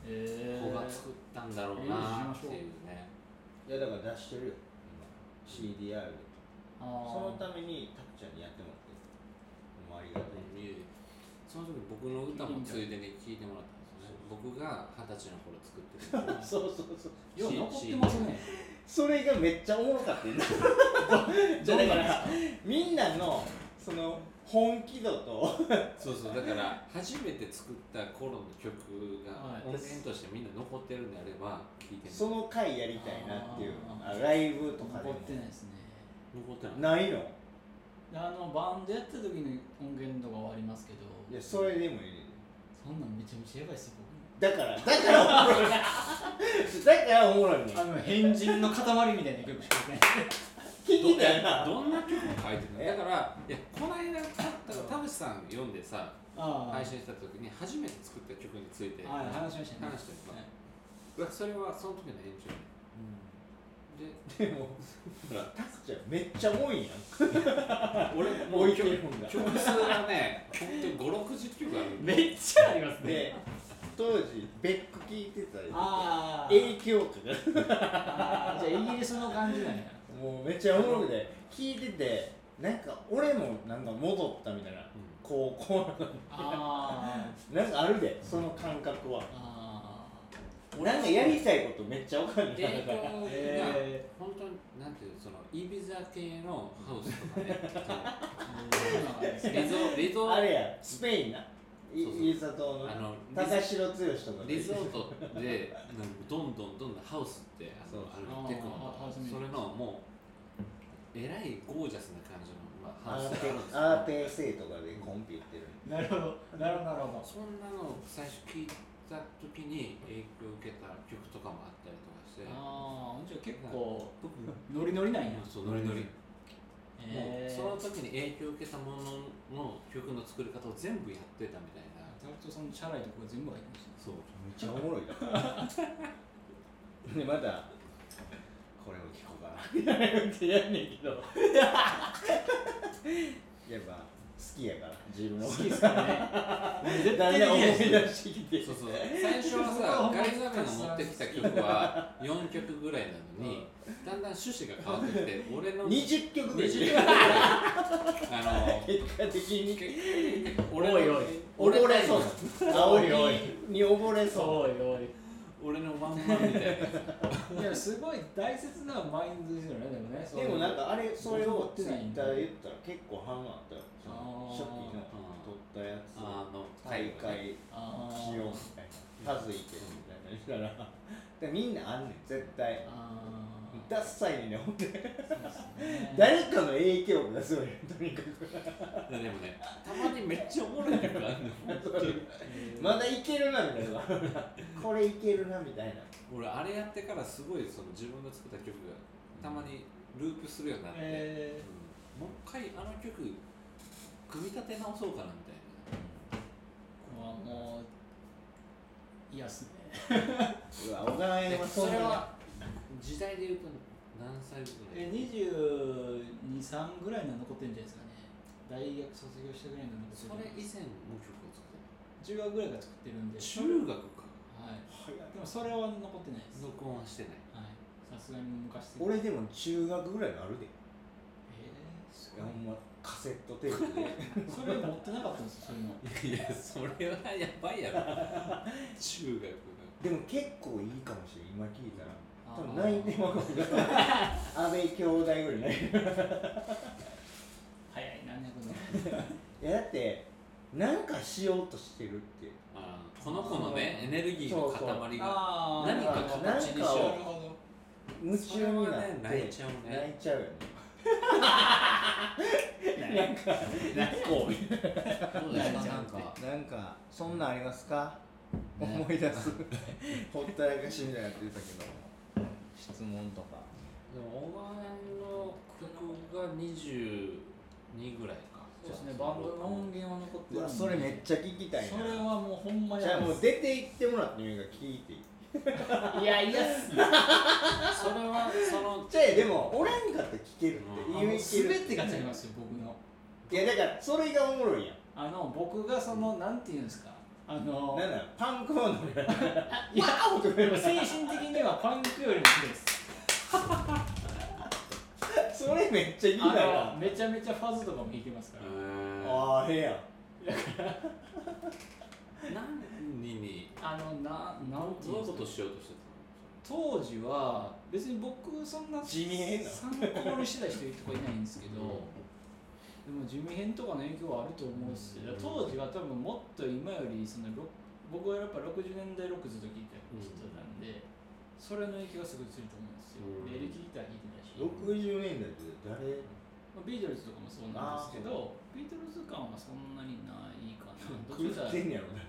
え
子が作ったんだろうなっていうね、
いやだから出してるよ今 CDR で
あ
その
あ
ためにたっちゃんにやってもらってるもうありがたい
うんその時僕の歌もついでに聴いてもらったんですよね僕が二十歳の頃作ってる
そうそうそう
よう残ってますね
それがめっちゃおもろかったよねじゃあだからみんなのその本気度と
そうそうだから初めて作った頃の曲
は
が
い
音源としてみんな残ってるんであれば聴いて
そ
も
の回やりたいなっていう
あ
あライブとかでも
残ってないですね
残ってない
ないの
あのバンドやってた時の音源とかはありますけど
いやそれでもいいね
そんなんめちゃめちゃやばいっすよ
だからだからおもろいだからおもろいね
僕あの変人の塊みたいな曲しかない
聞
ど
きたいな
どんな曲書いて
え
るのだからいやこの間た田淵さん読んでさ
ああ
配信した時に初めて作った曲について
はい
話
話しましたね
してるからそれはその時の延長で
でもほらタクちゃんめっちゃ多いやん
俺
もう
曲
一本だ
曲数がね本当に560曲あるんで
めっちゃありますね
で当時ベック聞いてたり
ああ
影響かが
あーじゃあイギリスの感じなんや
もうめっちゃおもろくて聞いててなんか俺もなんか戻ったみたいなこうこ
あ
うなんかあるでその感覚は
ーあ
なんかやりたいことめっちゃ分かん
ー。
ない
で、こ
から
う、
えー、本当になんていうそのイビザ系のハウスとかね そのリゾリゾ
あれやスペインな
そうそ
い伊
う
佐島の
あの
高城剛とか
リゾートでなんかどんどんどんどんハウスってあのあ
そう
るテクノ
あーハウスミュー
それ
ジック
のもうえらいゴージャスな感じの、まあ、
ア
ハウ
ーテ
スが
アー
あるんですよ
テーセイとかでコンピ売ってる
なるほど、なるほど、なるほど。
そんなの最初聞いた時に影響を受けた曲とかもあったりとかして
ああ、じゃあ結構
僕
ノリノリなんや。
そうノリノリ、
えー、
もうその時に影響を受けたものの曲の作り方を全部やってたみたいな
タルトさんのチャラいところ全部入ってましたね。
そう
めっちゃおもろいなでまたこれを聞こうかなみたいなってやんねんけどやっぱ好きやから自分の
好きですからね。
絶対
だんだん
思
思
い
い
出してきて
そうそう最初はさガリザメの持ってきた曲は4曲ぐらいなのにだんだん趣旨が変わってきて俺の
20曲ぐらい
20曲ぐらいあの
結果的に
俺の
おいおい
俺
溺
の
れそう青い
おい
に溺れそう
いおい。
俺のワンマンみたいなや
でもすごい大切なマインドですよね、でもね。そうい
で
う
もなん、かあれそれを
僕
ツイ
持ってない
ッ
ん
タ
だ
ーで言ったら結構反応あったよその
あー
初期の撮ったやつ
つあの
大会
ね
あー
しようみたいなはずいてみたいなしたらでみんなあんねん絶対
あー
ダッサいねんねほんで
そうです ね
誰かの影響力がすごいねとにかく
でもねたまにめっちゃおもろい曲あるの
えー
まだいけるなみたいなこれいけるなみたいな
俺あれやってからすごいその自分が作った曲がたまにループするようになって、
え
うんもう一回あの曲組み立て直そうかなみたいな
ー、これはもう、嫌っすね。
うわ小川
え
園は
そ
んな
れは時代で言うと何歳ぐら
え
い
22、3ぐらいの残ってるんじゃないですかね。大学卒業したぐらいの
そ
残って
れ
る。
以前も曲を作っ
中学ぐらいから作ってるんで。
てる中学か
はい。
早い
でもそれは残ってないです。はい。
録音はしてない
さすがに昔すぎ
俺で
て。
も中学ぐらいのあるでい
えー、す
やほ
ごい
んまカセットテープで
それ持ってなかったんですよ、そうい
い
うの。
やそれはやばいやろ中学が
でも結構いいかもしれん今聞いたら多分
あー
泣いてもらう安倍兄弟ぐらいない
早いな、ね、この。
いやだってなんかしようとしてるって
あーこの子のねエネルギーの塊が
あ
何か形にしよう
なるほど。
夢中になっ
それはね
て
泣いちゃうね
泣いちゃうよね
なんか、
泣こう
どうですかなんか
なんかそんなんありますか、思い出 すほったらかしみたいになってたけど質問とか
でもお前の曲が22ぐらいか
そうですね、バンドの音源は残って
う
るん
わ
で。
それめっちゃ聞きたいな
それはもうほんま
じゃ
や
あ
ばい
も
っ
う
す
出て行ってもらってもいいから聞いていい
いや、いやっす
そ
ね。
れはその
じゃあでもおらんかったら聞けるって言う
すべてが
い
違いますよ、僕の。
やだからそれがおもろいやん
あの、僕がその、なんていうんですか。あの、
なんだろうパンク音 の
いや、でも精神的にはパンクよりも好きです。
それめっちゃ聞きたい
あ
な
の、めちゃめちゃファズとかも弾いてますから。
あ
ああへえやん
何に
あの、な、なんてい
どう
う
い
ん
う
で
こと。
すか
しようとして
当時は別に僕そんな
地味変な
参考にしてた人とかいないんですけどでも地味編とかの影響はあると思うし
うん
当時は多分もっと今よりそのロ僕はやっぱ60年代ロックずっと聴いてた人なんで、それの影響がすごい強いと思うんですよ、
うん
でエレキギター弾いてたし、ま
60年代って誰
あ、ビートルズとかもそうなんですけどビートルズ感はそんなにないかなど
狂
ちら
っ
かそ
て
うん
やろな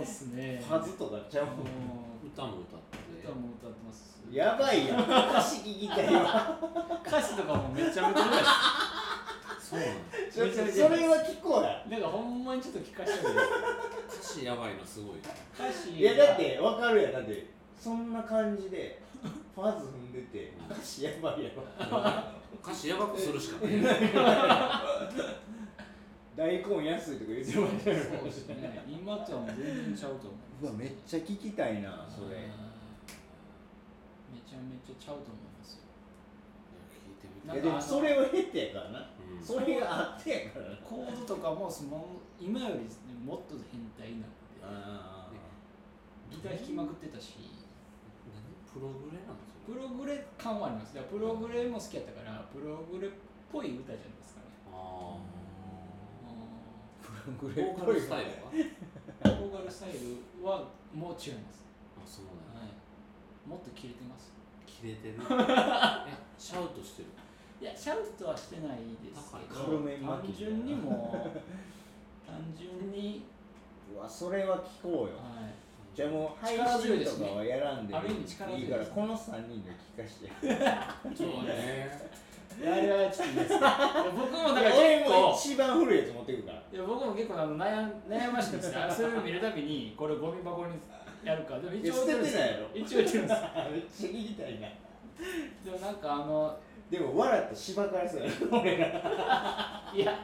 って
っすね
はずとかちゃうもん
もう
たの歌も歌って
歌も歌ってます
やばいやん歌詞聞きたいわ
歌詞とかもめちゃめちゃうまいで
そ
す
うなん だ
ちょっとそれは聞こうや
なんかほんまにちょっと聞かせてくれ
歌詞やばいのすごい
歌詞
いやだってわかるやんだってそんな感じでファズ踏んでて歌詞やばいやろ
歌詞やばくするしかない
大根安いとか言ってもらった
そう
よ
ですね今とはもう全然ちゃうと思
う
う
わめっちゃ聞きたいな
あー
それ
めちゃめちゃちゃうと思いますよないん
や
か
で
あ
も
の
それを経てやからな
うん
それがあってやからな
コードとかもその今より、ね、もっと変態になって
あ
ギター弾きまくってたし
何プログレなんです
プ
よ
ログレ感はありますだからプログレも好きやったからプログレっぽい歌じゃないですかね
あ
あ
ーこ
ー
れ
ボーカルスタイルは
ーボーカルスタイルはもう違います、
あそう
は
だね
い、もっと切れてます
切れてるえシャウトしてる
いやシャウトはしてないですけ
高いカルメン
ど
マキ
単純にもう単純に、
うわそれは聞こうよ
はい、
じゃあもう配
力強
信
いで
と
す
か
ね
はやらんで
ある意味力強
い
い
い
です
からこの3人で聞かして
そうだね
いやあれはちょっといいですねいや僕もだから
俺
結
も
構
一番古いやつ持ってくから
いや僕も結構あの悩悩ましいんですよそれを見るたびにこれゴミ箱にやるかでも
い
一
や
応
捨ててないやろ
一応言ってるんです
あめっちゃ聞きたいな
でもなんかあの
でも笑ってしばかれそうやな俺ら
いや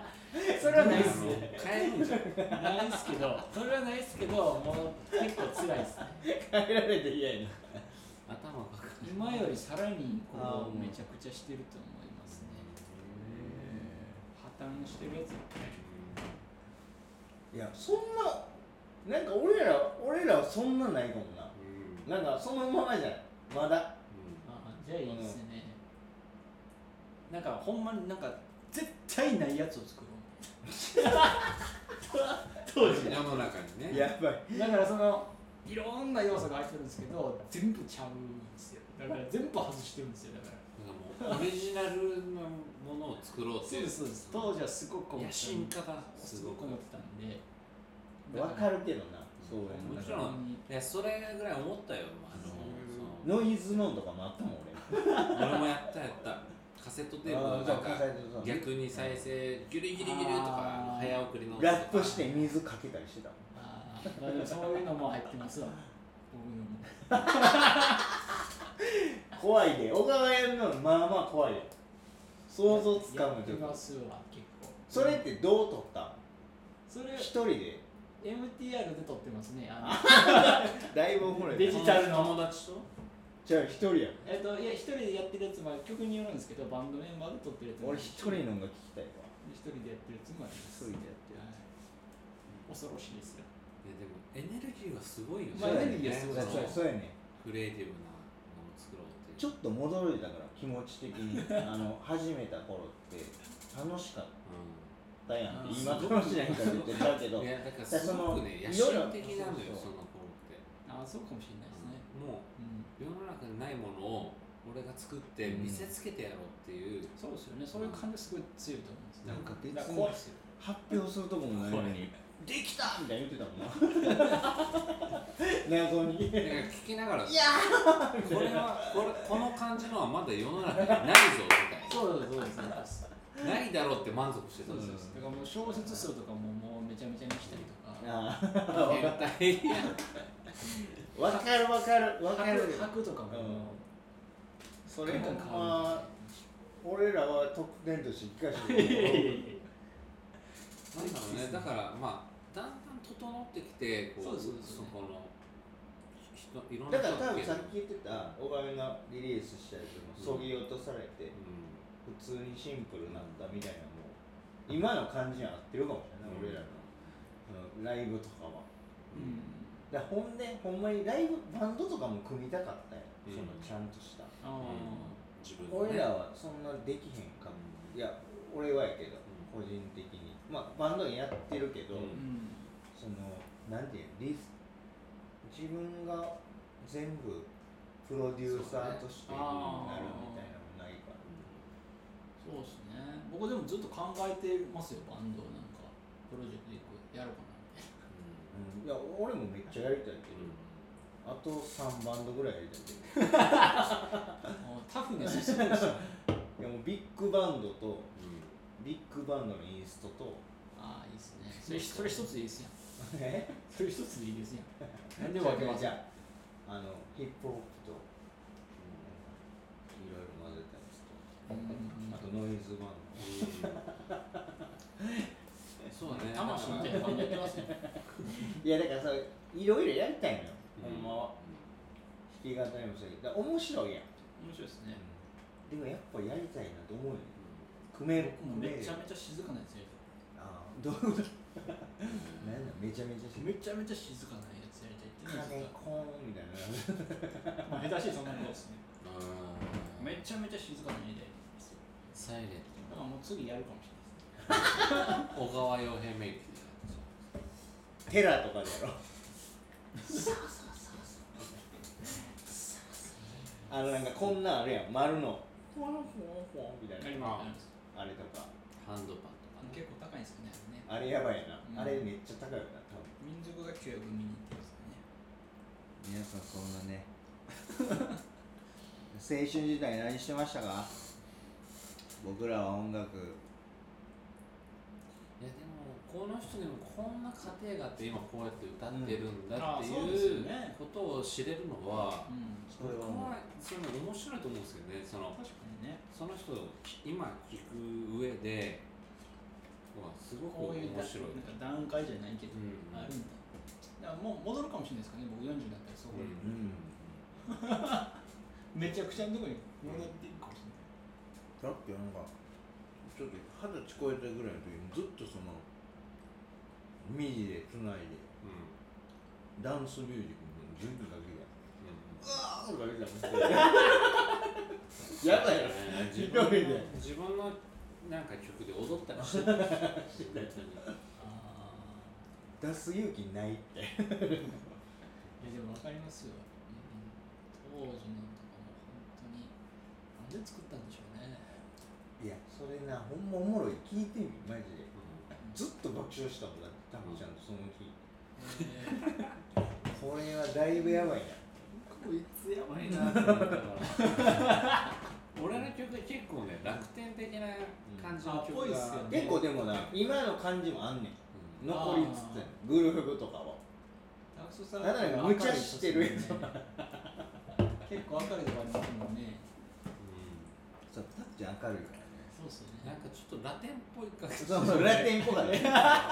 それはないっすね
あの変えるんじゃん
ないっすけどそれはないっすけどもう結構辛いっすね
帰られて嫌やな
頭がか
今よりさらに
あー
こ
もう
うめちゃくちゃしてると思いますね破綻してるやつ
いやそんななんか俺ら俺らはそんなないかも
うん
ななんかそのままじゃんまだ
あじゃあいいっすね、なんかほんまになんか絶対ないやつを作ろう
当時世の中にね
やばい
だからそのいろんな要素が入ってるんですけど全部ちゃうんですよだから全部外してるんですよだから
なんかもうオリジナルのものを作ろうって
そう
いう
ですそうです当時はすごく
い
思っ
や
てた
進化がす
す
ご
ご
く
く思ってたんで
わかるけどなそうや
も
な
ちろんいやそれぐらい思ったよあのそ
ノイズノンとかもあったもん
の俺もやったやったカセットテ
俺
ープのなんか
逆
逆に再生ギュリギリギリとかあの
あー
早送りの
ラップして水かけたりしてたもん
あーまあでもそういうのも入ってますわ僕のも
怖いで小川やるのまあまあ怖いよ想像つかむとい
やって
うか
ますわ結構
それってどう撮ったん
それ
一人で
MTR で撮ってますねあの
だいぶ怒られ
デ
た
ジタルの
友達と
じゃあ一人やん
えっといや一人でやってるやつも曲によるんですけどバンドメンバーで撮ってるやつも
俺一人の
一
が聞きたいわ
人でやってるやつもあります
でやって
はい恐ろしいですよ
いやでもエネルギーはすごいよね
まあエネルギーはすごい
そうやそうやそうやね
クリエイティブなものを作ろうっていう
ちょっと戻れたから気持ち的にあの始めた頃って楽しかっ
うん
たやんって
うん
今楽しないから言ってたけど
いやだからすごくね野
だからその
心的なの
いろいろ
よその頃って
ああそうかもしれないですね
もう
うん
世の中にないものを俺が作って見せつけてやろうっていう、
そうですよねそういう感じすごい強いと思うんです
な
よ
んか別に
だら怖いですよ
発表するとこもないのに「できた!」みたいに言ってたもんな 謎に
だから聞きながら
いや
これはこれこの感じのはまだ世の中にないぞ
そうですそうですそうです
みたいなないだろうって満足してた
そうですそうですだからもう小説数とかももうめちゃめちゃにしたりとか
ーあ
変態や
ーわかるわかるわかる
吐くとかも
うんそ
こ
れほんま俺らは得点として聞かせ
いやいやいや
て
いや
なんだろうねだからまあだんだん整ってきてこう
そうですそうです
そこの人いろんな
だから多分
人が来て
さっき言ってた小川がリリースしたやつもそぎ落とされて
う
普通にシンプルなんだみたいなもう今の感じに合ってるかもしれない、
うん
俺らのあのライブとかは
うん
だからほんでほんまにライブバンドとかも組みたかったよ、
う
そ
ん
のちゃんとした、
あ
ん
ー
自分
俺ら
は
はそんなできへんかもいや俺はやけど個人的にまあバンドやってるけど、
うん
うん
そのなんていうのリス自分が全部プロデューサーとして
そうね
な
あー
るみたいなのないから、
そうですね僕でもずっと考えてますよバンドなんかプロジェクトでこうやろうかなって
うんいや俺もめっちゃやりたいけど、あと3バンドぐらいやりたいけ
もうタフネスすごい ですよ
どいやもうビッグバンドと
うんうん
ビッグバンドのインストと
ああいいですねそれそれ一つでいいですやん
え
それ一つでいいですやんなんで分けます
じ
か
ゃああのヒップホップと、いろいろ混ぜたやつと
うん
あとノイズバンド
そうだね。
魂みたいな感じやってますね
いやだからさいろいろやりたいのよ、
うん
ほんまは弾き語りもそうやけどだから面白いやん
面白いですね
でもやっぱやりたいなと思うよね組める
僕も
組
め
める
ちゃめちゃ静かなやつやり
ああどういうことなんだめちゃめちゃ
たいめちゃめちゃ静かなやつやりたいっ
風
てずっ
コーンみたいな
とまあ下手しいそんなことですね
うん
めちゃめちゃ静かなやりたいですよ
サイレン
だからもう次やるかもしれないで
ト
す
小川洋平メイク
テラとかだろあのなんかこんなんあるやん丸のフワンフワンフワンみたい
やり
な
ます
あ
やります
れとか
ハンドパッ
あの結構高いんですよねあれね
あれやばいな、
うん
あれめっちゃ高いよな多分
民族楽器を読みに行ってますね
皆さんそんな ね青春時代何してましたか僕らは音楽
ドいやでもこの人でもこんな家庭があって今こうやって歌ってるんだって
うんあそうです
い
よ
う
ね
ことを知れるのは
うん
それは
僕
も
はそういうの面白いと思うんですけどねその
確かにね
その人を今聞く上でうわすごく
こういう
面
だ
白い。
なんか段階じゃないけど、
うん
あるんだだからもう戻るかもしれないですかね僕40になったらそこ
う
う
に、
うんん
めちゃくちゃのとこに戻っていくかもし
だ
れない、
ってなんかちょっと二十歳超えたぐらいの時にずっとそのミディでつないで
うんうん
ダンスミュージックも全部かけやあーかけじゃんやばいな
えー自
ひ
分
ど
の
いね
自分のなんか曲で踊ったりしてた
あ
出す勇気ないって
あいやでも分かりますよ、うん、当時のとかも本当になんで作ったんでしょうね
いやそれなほんまおもろい聞いてみマジでずっと爆笑したもんだってタムちゃんとその日
えー
これはだいぶやばいな
こいつやばい
な
な
って思ったから俺の曲結構ね楽天的な感じの曲が、
うんあぽいっすよね
結構でもな今の感じもあんねん
う
残りつつやねんグルーブとかは
ダークソさん
ただね無茶してるやつ
結構明るいとこありますもんね
ん
そうタムちゃん明るいからね
そうっすよね
なんかちょっとラテンっぽい感じ
そうそう、ラテンっぽか ね。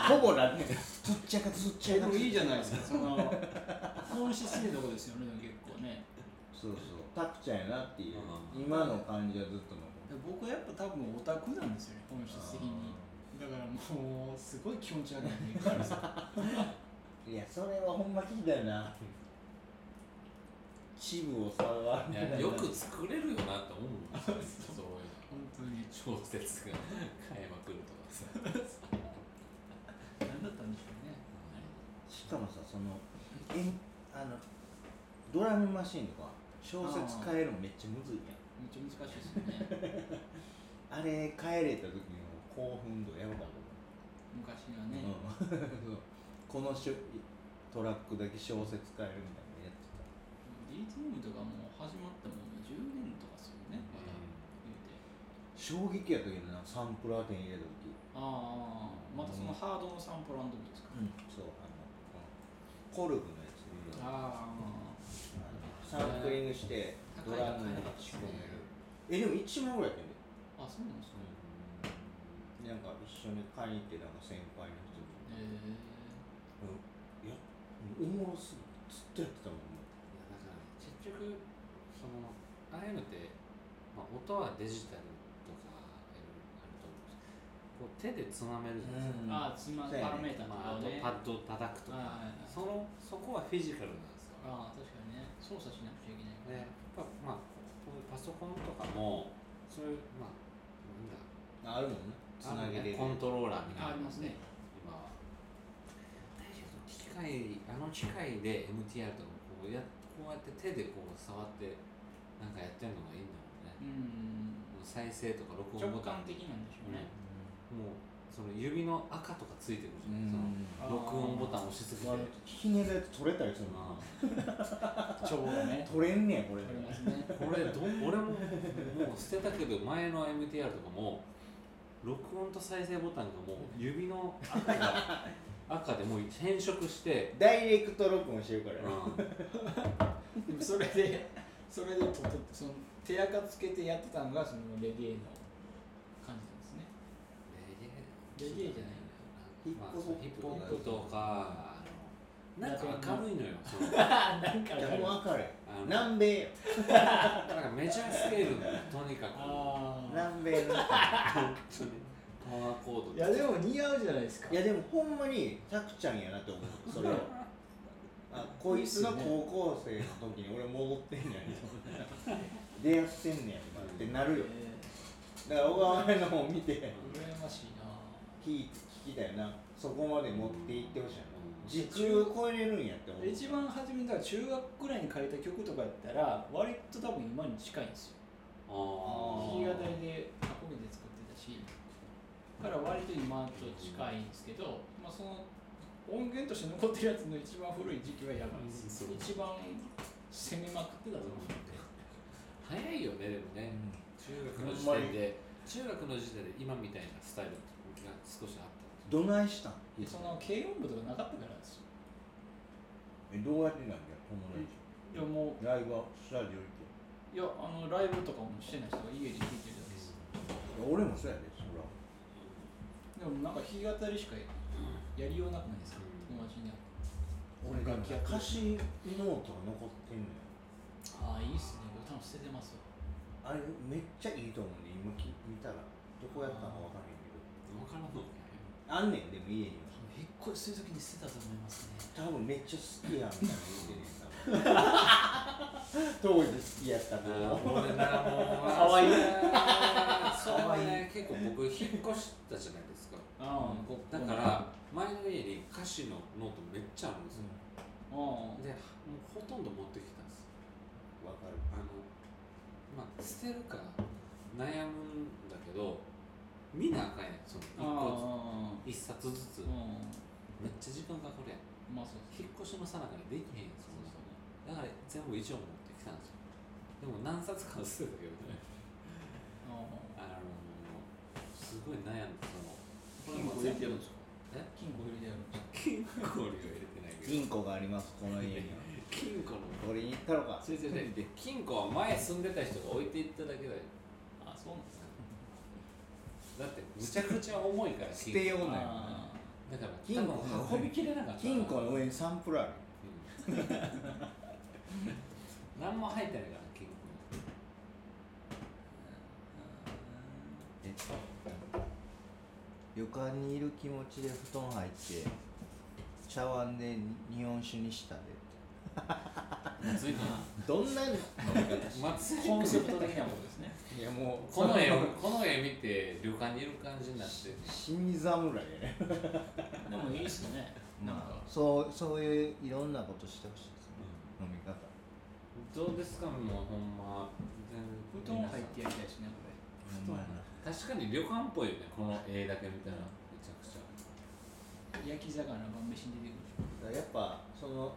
ほぼラ テン。つっちゃかつっちゃ
で
か。
もいいじゃない ですか、その、本質的なとこですよね、でも結構ね。
そうそう、タクちゃんやなっていう。
う
今の感じはずっとの。
僕はやっぱ多分オタクなんですよね、本質的に。だからもう、すごい気持ち悪いのい っぱいあるんですよ。
いや、それはほんま聞いたよな。チブを触
い
る。
やよく作れるよなって思うもんそういう
本当に。
の小説が買いまくるとかさ
何だったんでしょうね。
しかもさ、その、えんあの、ドラムマシンとか、小説変えるのめっちゃむずいやん。
めっちゃ難しいですよね。
あれ、変えれた時の興奮度やばかった。
昔はね。
うん そうこのしょトラックだけ小説変えるみたいなのやってた。
DTM とかもう始まったもんね、10年とかですよね、まだ言うて。
衝撃やったけどなサンプラー点入れた時
ああ、またそのハードのサンプルアンドビーですか。
うんそうあのこのコルグのやつ、
うん
あ
あ
のサンプリングしてド
高い
ラムに仕込めるえでも1万ぐらいやったんで、
あ、あ、そうなんですか。
なんか一緒に買いに行ってなんか先輩の人に
えー
いやおもろすぎてずっとやってたもんもう
いやだから結局そのああいうのって、まあ、音はデジタルとかいろいろあると思うんですけどこう手でつまめるじゃないですか、
ああ、つま
そうやね
パラメーターと
まあ、
か
あと
ね。
パッドを叩くと
は
か
いはいはい
そのそこはフィジカルなんですよ、
ああ、確かにね。操作しなくちゃいけな
でや
いから。
っぱまあこういうパソコンとかもそういうまあ
あ
なんだ
るもんねつなげれる
コントローラーみたいな
あありますね
今はだけど機械あの機械で MTR とかもこうやこうやって手でこう触ってなんかやってるのがいいんだろうね
う
もう
ん。
再生とか録音ボ
直
タン
感的なんでしょうね。
もうその指の赤とかついてくるじ
う
ゃない、ん、
ん
その録音ボタンを押し付けて、
割とひねるやつ取れたりするもん
う
調合がね。
取れんねやこれ
取れますね。
んこれど俺ももう捨てたけど前の MTR とかも録音と再生ボタンがもう指の赤が赤でもう変色して、
ダイレクト録音してるから
う
ね
ん、
でも それで、それでととその手垢つけてやってたのがそのレゲエの感じなんですね。
レ
レゲエじゃない
ヒップホップヒップホップとかあのなんか明るいのよその
ああ、なんか
いやもう明るい
あの
南米よ
だからメジャースケールのとにかく
ああ
南米の
パワーコード
い
で
やでも似合うじゃないですか
いやでもほんまにたくちゃんやなと思うそれはあこいつの高校生の時に俺戻ってんねやみたいな出会ってんねや今ってなるよ
え
だから小川の方見て
え羨ましいな
聞い聞きたいなそこまで持っていってほしいな時空を超えれるんやって思う
一番初めだから中学ぐらいに借りた曲とかやったら割と多分今に近いんですよ
あ
弾
ー
き語りでアコギで作ってたしだから割と今と近いんですけど、まあ、その音源として残ってるやつの一番古い時期はやばいです、
うん
一番攻めまくってたと思う
早いよねでもね中学の時点で中学の時点で今みたいなスタイルが少しあった
どないしたん
でその軽音部とかなかったからですよ
えどうやってなんだよ友達
いやも
ライブはスタジオ行って
ういやあのライブとかもしてない人が家で聴いてるだけです
いや俺もそうやでそら
でもなんか弾き語りしかやりようなくないですか
うん
友達に会
俺
って
楽器や歌詞ノートが残ってんのよ
ああいいっすねこれ多分捨ててますわ
あれめっちゃいいと思うんで今き見たらどこやったのかわからへんけど
分からんのね
あんねんでも家には
多分引っ越しするときに捨てたと思いますね
多分めっちゃ好きやんみたいな言うてねんな 当時好きやった
あ
子
ーごめんなもう
かわいい
そうそうね結構僕引っ越したじゃないですか
ああ
だから前の家に歌詞のノートめっちゃあるんですよ
うん
でもうほとんど持ってきたんですよ
わかる
あのまあ捨てるか悩むんだけど見なあかんやんその
あ
一個ずつ一冊ずつ
あうん
めっちゃ時間かかるやん
まあそうです
引っ越しのさなかにできへんやんそ
そ
ん
う
な
そう
だから全部一応持ってきたんですよでも何冊かは捨てたけどね
あ
あのすごい悩んでその
あ金庫入れてるんですか
え
金庫入れてるんですか
金庫には入れてないけど
金庫がありますこの家には
金庫の
俺に行ったのか
それじゃ金庫は前住んでた人が置いていっただけだよ
あそうなんですか
だってむちゃくちゃ重いから
捨てようなんよ
あ
だから
金庫
多分運びきれなかった
金庫の上にサンプルある
うん何も入ってないから金庫に
旅館にいる気持ちで布団入って茶碗で日本酒にしたで
松井君
どんない
松井
コンセプ
君
ト的なことですね
やもう
この絵をこの絵見て旅館にいる感じになって
死に侍やね
でもいいっすねなん
ま
か
あそうそういういろんなことしてほしいですね飲み方
どうですかもうほんま
布団入ってやりたいしねこれ
ほんまや
確かに旅館っぽいよねこの絵だけ見たらめちゃくちゃ
焼き魚晩飯に出てく
な
る
だからやっぱその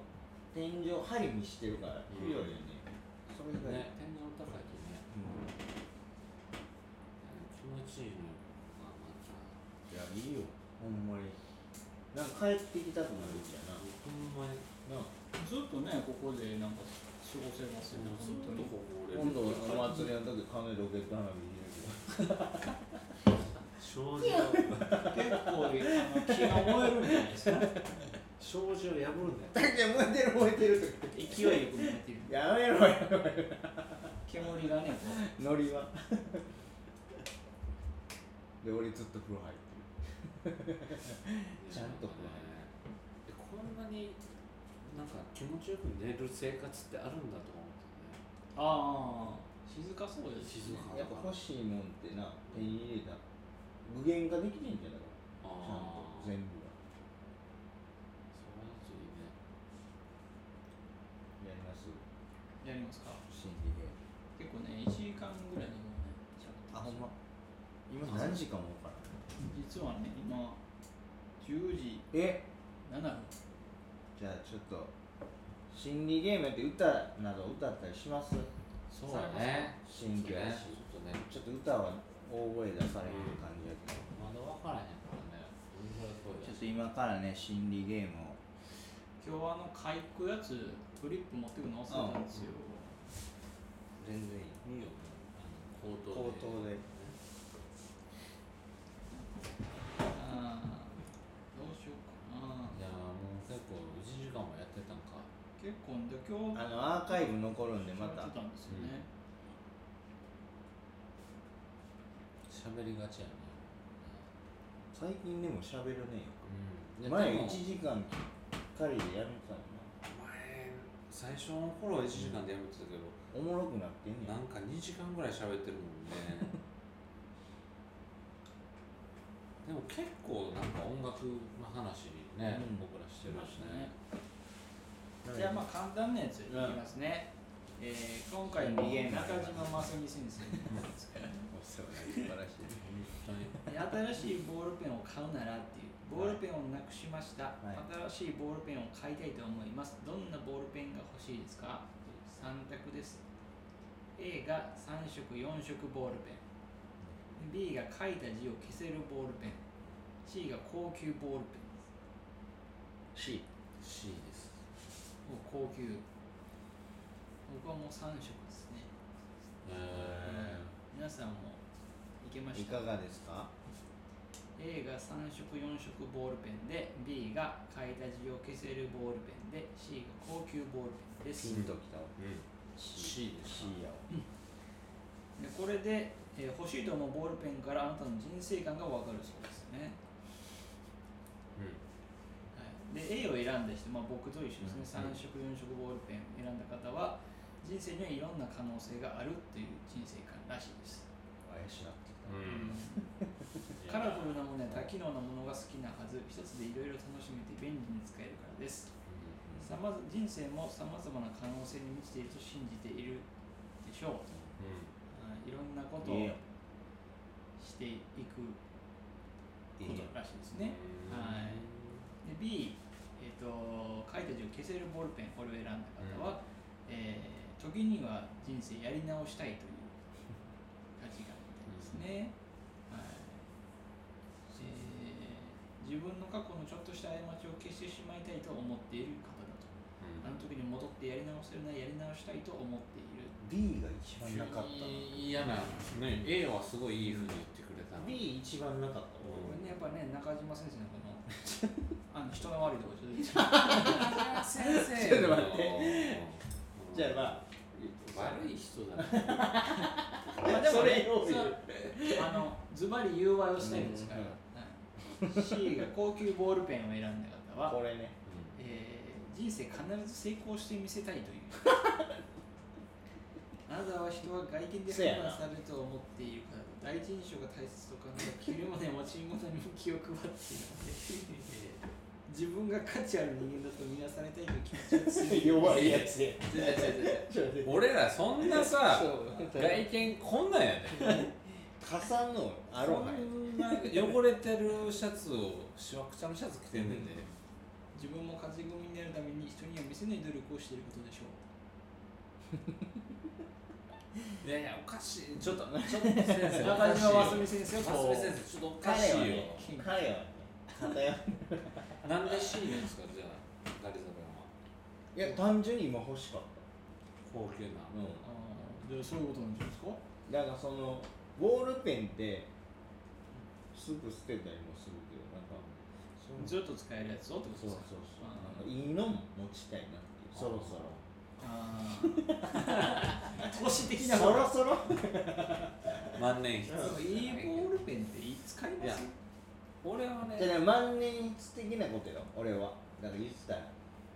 天井針にしてるから
ん
いいよねそれがいい
ね天井高いとね
う
気持ちいいのまあまあじゃあ
んいやいいよほんまになんか帰ってきたくなるんじゃな
ほんまに
な
ずっとねここでなんか過ごせますよね本当に
今度お祭りの時金ロケット花火入れるけど
障子を
結構あの気が燃えるんじゃないですか
障子を破るんだよ
たけ燃えてる燃えてるとか
勢いよく燃えてる
やめろよ
煙がねこ
ノリ はで俺ずっと風呂入ってちゃんとこう
でこんなになんか気持ちよく寝る生活ってあるんだと思っ
うああ静かそうです
静
ね
か
るやっぱ欲しいもんってな手に入れたら具現化できてんじゃない
たよね
ちゃんと
そう
全
いう
部
い
がやります
やりますか
心理ゲ
結構ね1時間ぐらいでもね喋ってます
今何時間も分からん
実はね今10時
え
7分
じゃあちょっと心理ゲームやって歌など歌ったりします
そうだね
新
ち
居
ょっと
や
ね
し
ち
ちょっ
ょっとね
と歌は大声出されへん感じやけど
まだ分からへんからねどれぐらい声
ちょっ
出す
と今からね心理ゲームを
今日はあの買い行くやつフリップ持ってくの忘れたんですよ
全然いい
いいよあの口頭
口頭
で
で
ああどうしようかない
やーもう結構1時間もやってたんか
結構で今日
あのアーカイブ残るんでまた
喋ってたんですよね、
喋りがちやね、
最近でも喋るねよ
うんで
前
でも
1時間借りでやめてたのな
前最初の頃は1時間でやめてたけど、
おもろくなってんね
なんんか2時間ぐらい喋ってるもん ねでも結構なんか音楽の話にね、
うん
僕らしてるしね
じゃあまあ簡単なやついきますね、えー今回の
うん
中島雅美先生なんですけど
お世話になりっぱらしい
本当に
で新しいボールペンを買うならっていうボールペンをなくしました、
はい
新しいボールペンを買いたいと思いますどんなボールペンが欲しいですか3択です A が3色4色ボールペン B が書いた字を消せるボールペン C が高級ボールペン
C
C です
もう高級僕はもう3色ですね
え
皆さんもいけま
い
し
かが
た
ですか
A が3色4色ボールペンで B が書いた字を消せるボールペンで C が高級ボールペンです
ピンときたわ
ーうん C です
C やわ
でこれで、えー欲しいと思うボールペンからあなたの人生観がわかるそうですね、
う
はい、で A を選んだ人、まあ、僕と一緒です
う
ね、
ん
3色4色ボールペンを選んだ方は人生にはいろんな可能性があるっていう人生観らしいです、
怪しなってき
ん、うん
カラフルなものや多機能なものが好きなはず一つでいろいろ楽しめて便利に使えるからですさま人生もさまざまな可能性に満ちていると信じているでしょう
う
はいいろんなこと
たいい
を
よ
していく
いいよ
ことらしいですね
ん
はいで B、えー、と書いた字を消せるボールペンこれを選んだ方は、えー時には人生やり直したいという価値観みたいですね、はいえー自分の過去のちょっとした過ちを消してしまいたいと思っている方だとあの時に戻ってやり直せるならやり直したいと思っている
B が一
う
番なかっ
ん
たな
嫌なね A はすごいいいふうに言ってくれたの
B 一番なかったわ
これねやっぱね中島先生のこのあの人の悪いとこちょっと言っちゃう
先
生ちょっと待ってじゃあまあ
悪い人だね
まあで
そ
も
れ
ね
用意
そうあのズバリ融和をしたいです か
うん
ら、はい C が高級ボールペンを選んだ方は、
これね
えー人生必ず成功 してみせたいというあなたは人は外見で
そうや
判
な
断されると思っているから第一印象が大切と考え着るまで持ち物にも気を配っているので、えー自分が価値ある人間だと見なされたいという気持ちが強 い
弱いやつや
全然全然
俺らそんなさ
そう
外見こんなんやで
加算のアロ
こ
ハや
んな汚れてるシャツをしわくちゃのシャツ着てんねんで
自分も勝ち組になるために人には見せない努力をしていることでしょう
いやいやおかしいちょっとちょっと先生おか
中
しい
島
よ
わすみ先生
真
と
澄先生ちょっとおか
彼
しい
は
よ
ね彼はね偏っ
なんで C なんですかじゃあ誰ぞはい
や単純に今欲しかった
高級な
うん
あーじゃあそういうことなんじゃないですか
だからそのボールペンってすぐ捨てたりもするけどなんかそう
ずっと使えるやつをってこと
そう
です
そうそう
か
なんかいいのも持ちたいなっていうそろそろ
ああ投資的な
そろそろ
万年筆
でもいいボールペンっていつ買いま
いや
す
俺はね
じゃあ万年筆的なことよ俺はだから言ってたら、
い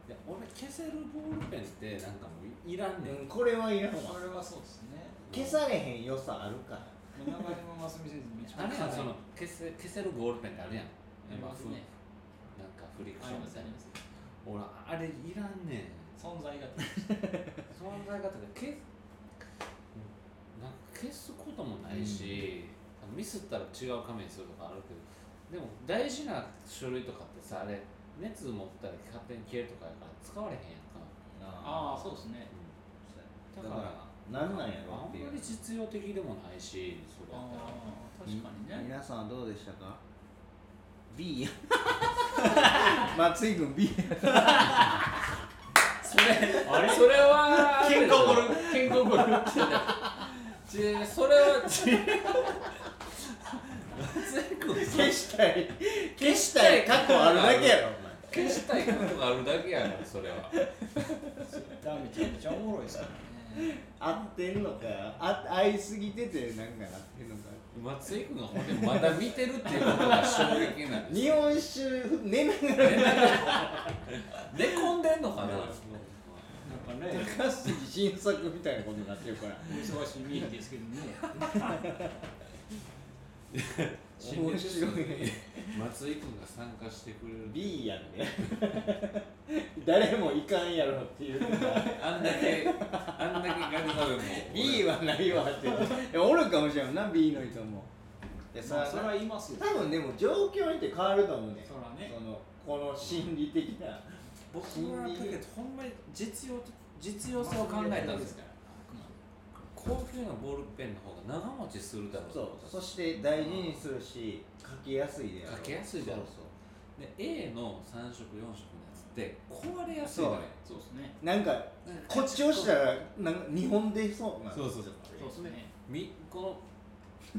や俺消せるボールペンってなんかもういらんね
うん、
ん、
これはいらんわ
それはそうですね
消されへん良さあるから
もう中島真澄先生めち
あ
ゃ
れ
めちゃ
やんその消せ消せるボールペンってあるやん
ありますね
なんかフリク
あ
ション
りますあります
俺あれいらんねん
存在が
存在方が消すなんか消すこともないし、ミスったら違う紙にするとかあるけどでも大事な書類とかってさあれ熱持ったら勝手に消えるとかやから使われへんやんか、
ああそうですね
だか
だから
ら
なんなんやろ
あ
っ
ん
ていう
まり実用的でもないしそれ
あ
やったら
あ確かにね
皆さんはどうでしたか B 松井君 B
それ、あれそれは、
喧嘩起こる喧嘩起こる
ちそれ は、ち
消したい消したい過去あるだけやろ
消したいことがあるだけやから、それは。
ダメちゃめちゃお もろいですからね
合ってんのかあ合いすぎててなんかなってんのか
松井君がほんでまだ見てるっていうことが衝撃なんです
日
よ
本酒寝ながら
寝込んでんのかな
なんかね
高杉新作みたいなことになってるから
忙しいミールですけどね。
面白い
松井君が参加してくれる
B やんね 誰もいかんやろっていうの が
あんだけあんだけガルガルも
B はないわっていやおるかもしれんな B の人もいや
まあ、
さ
それは言いますよ。
多分でも状況によって変わると思うね
そらね
そのこの心理的な
僕はだけどほんまに実用と実用性を考えたんです
から。
高級なボールペンの方が長持ちするだろうと思
そ
ったん
う
です
そして大事にするし書きやすいであろう
書きやすいだろう
そう
で A の3色4色のやつって壊れやすいのよ
そうですね。
そうなんかこっち押したらなんか日本でそうなん
そうそうそう
そうですね。
みこ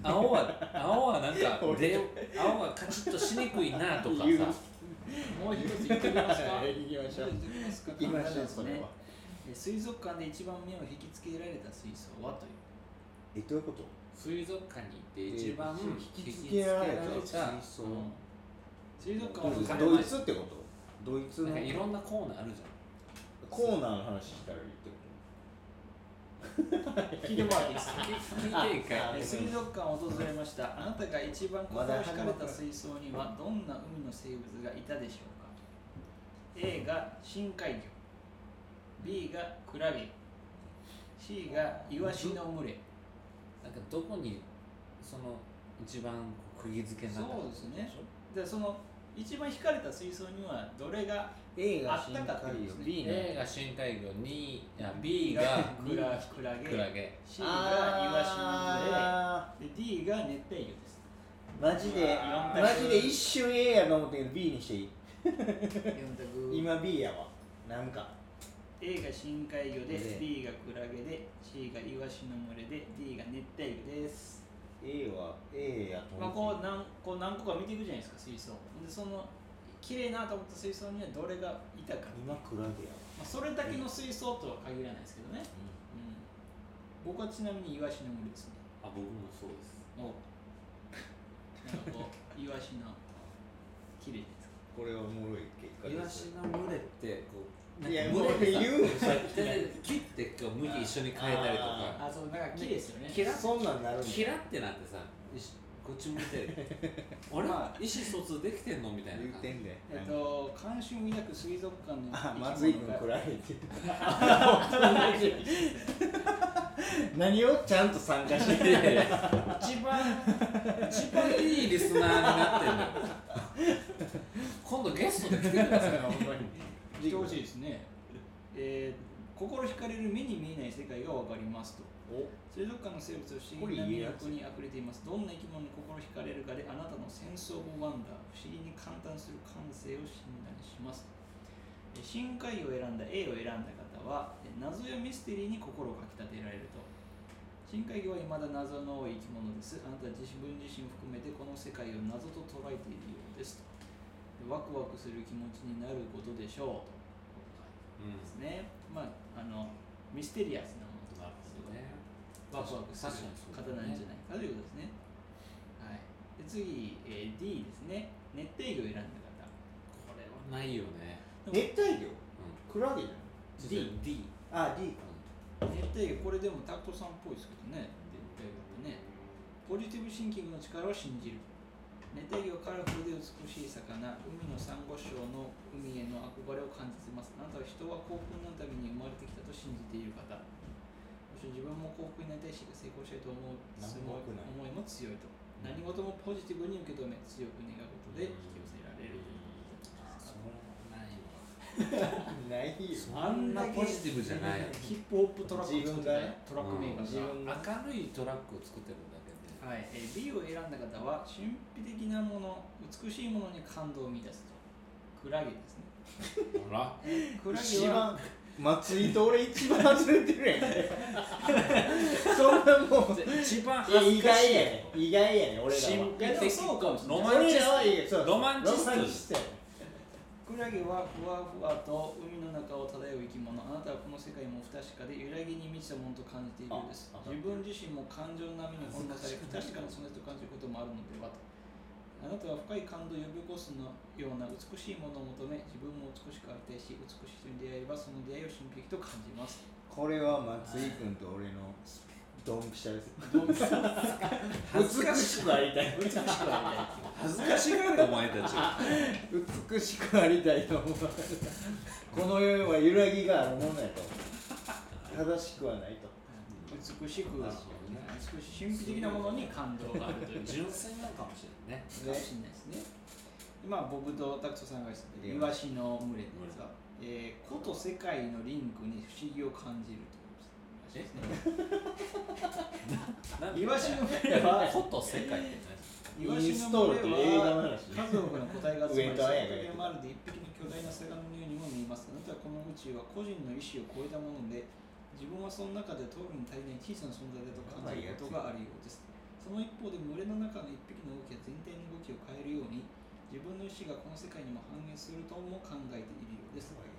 の青は青はなんか で青はカチッとしにくいなとかさ
言う
もう一つ言ってみますか。
はい行きましょう
も一つ言ってみますか。
行きましょう
そ
そ
れ
れ
は
は。
え水族館で一番目を引きつけられた水槽はという。
えどういうこと
水族館に行って一番
引
引
き
き
つ
つ
け
け
ら
ら
れ
れ
た
た
水槽
うん水族
ど
館
う
は
いうこ
金
と
持
ド
ち
イツってことドイツ
な
の
んかいろんなコーナーあるじゃ
コーナーの話したら言って
聞いてもらっていいですか
ん聞いていいかい
ああ
え水族館を訪れましたあなたが一番心
ま
を
だ
惹
始
か
ま
れ
ったた
水槽にはどんな海の生物がいたでしょうか A が深海魚 B がクラゲ C がイワシの群れ
なんかどこにその一番こう釘付けになったか
そうですねでその一番惹かれた水槽にはどれが
A
が
が
深
深
海魚
海魚 B が
A が深海魚2いや B が
クラクラゲ
クラゲ
C がイワ
あ
シの群れで D が熱帯魚です
ーマジで
あー
マジで一瞬 A やと思ったけど B にしていい
四択
今 B やわなんか
A が深海魚で
ね
B がクラゲで C がイワシの群れで D が熱帯魚です
A は A や
まあ
と思
こ
っ
う何こう何個か見ていくじゃないですか水槽でその綺麗なと思った水槽にはどれがいたか、
今クラゲやわ
まあ、それだけの水槽とは限らないですけどね、うん、僕はちなみにイワシの群れですね
あ僕もそうです
おなんかこう イワシの綺麗じゃ
これはおもろい結果
イワ
で
シ
す
の群れってこう
いや
群
もう
れってさ
言うさっき
で切ってこう麦一緒に変えたりとか
ないですかあそうなんか綺麗ですよね
キ ラ
そんなんなるんだ
キラってなってさいしこっち向いて俺は意思疎通できてんのみたいな
言う
感じ
てんで
えっと関心を抱く水族館の
あ
生
松井
き
君
物が
クラゲって言う何をちゃんと参加して
いやいや一番一番いいリスナーになってん のよ今度ゲストで来てください
ほんまに
来てほしいですね、えー心惹かれる目に見えない世界が分かりますと
お
水族館の生物は不思議な魅力にあふれていますどんな生き物に心惹かれるかであなたのセンスオブワンダー不思議に感嘆する感性を診断しますえー深海魚を選んだ A を選んだ方はえー謎やミステリーに心をかきたてられると深海魚は未だ謎の多い生き物ですあなた自分自身含めてこの世界を謎と捉えているようですとでワクワクする気持ちになることでしょうとですね。まあ、あの、ミステリアスなものとか、すごいワクワクする方なんじゃないかということですね。はい。で次、えー D ですね。熱帯魚を選んだ
これはないよね、
熱帯魚
う
クラゲじ
ん、
D
D
ゃないあ D
方。熱帯魚、これでもタクトさんっぽいですけどね。熱帯魚ってね。ポジティブシンキングの力を信じる。熱帯魚はカラフルで美しい魚、海のサンゴ礁の海への憧れを感じてます。あなたは人は幸福のために生まれてきたと信じている方。もちろん自分も幸福になりたいし、成功したいと思う
なん
す
も悪
ごい
くない
思いも強いと。何事もポジティブに受け止め、強く願うことで引き寄せられるということで
ないよ
す。
そんなポジティブじゃないよ
ヒップホップトラックを作って
自分がね
トラックメーカーが。
自分が
明るいトラックを作ってるだけで
はい、えー B を選んだ方は神秘的なもの美しいものに感動を見出すとクラゲですね
ほら
クラ
一
ゲは
番松井と俺一番外れて るやんそんなもう
一番
いや
恥
意
ずかし
外
い
やね意外やね俺らは
神秘
いやでも
的
そうかもしれ
ロ
ない
マン
俺
チス
ら
ト
はいいよそう
ロマンチスト
ロマンチストやね
クラゲはふわふわと海の中を漂う生き物あなたはこの世界も不確かで揺らぎに満ちたものと感じているようです
ああ
自分自身も感情の波に翻弄され不確かな存在と感じることもあるのではとあなたは深い感動を呼び起こすのような美しいものを求め自分も美しくありたいし美しい人に出会えばその出会いを神秘的と感じ ます
これは松井君と俺のドンピシャです
恥ずかし
しくありたい
美しくありたい
恥ずかしがるお前たち美しくありたいと思われたこの世は揺らぎがあるものやと正しくはないと
美しく美しい神秘的なものに感動 があるという
純粋なのかもしれないね
かもしれないですね。今僕とタクトさんが言って
い
た
や
イワシの群れですが、えー、こと世界のリンクに不思議を感じるということですね。イワシの群れは、
こと世界って
イワシ
インス
の
トールと
群れ
映画の
は
話
数多くの個体が集まり、
上と
そ
あ
こ
やが
にまるで一匹の巨大な魚のようにも見えます。あなたはこの宇宙は個人の意志を超えたもので、自分はその中で通るに足りない小さな存在だと感じることがあるようです。その一方で群れの中の一匹の動きや全体の動きを変えるように、自分の意志がこの世界にも反映するとも考えているようです。はい。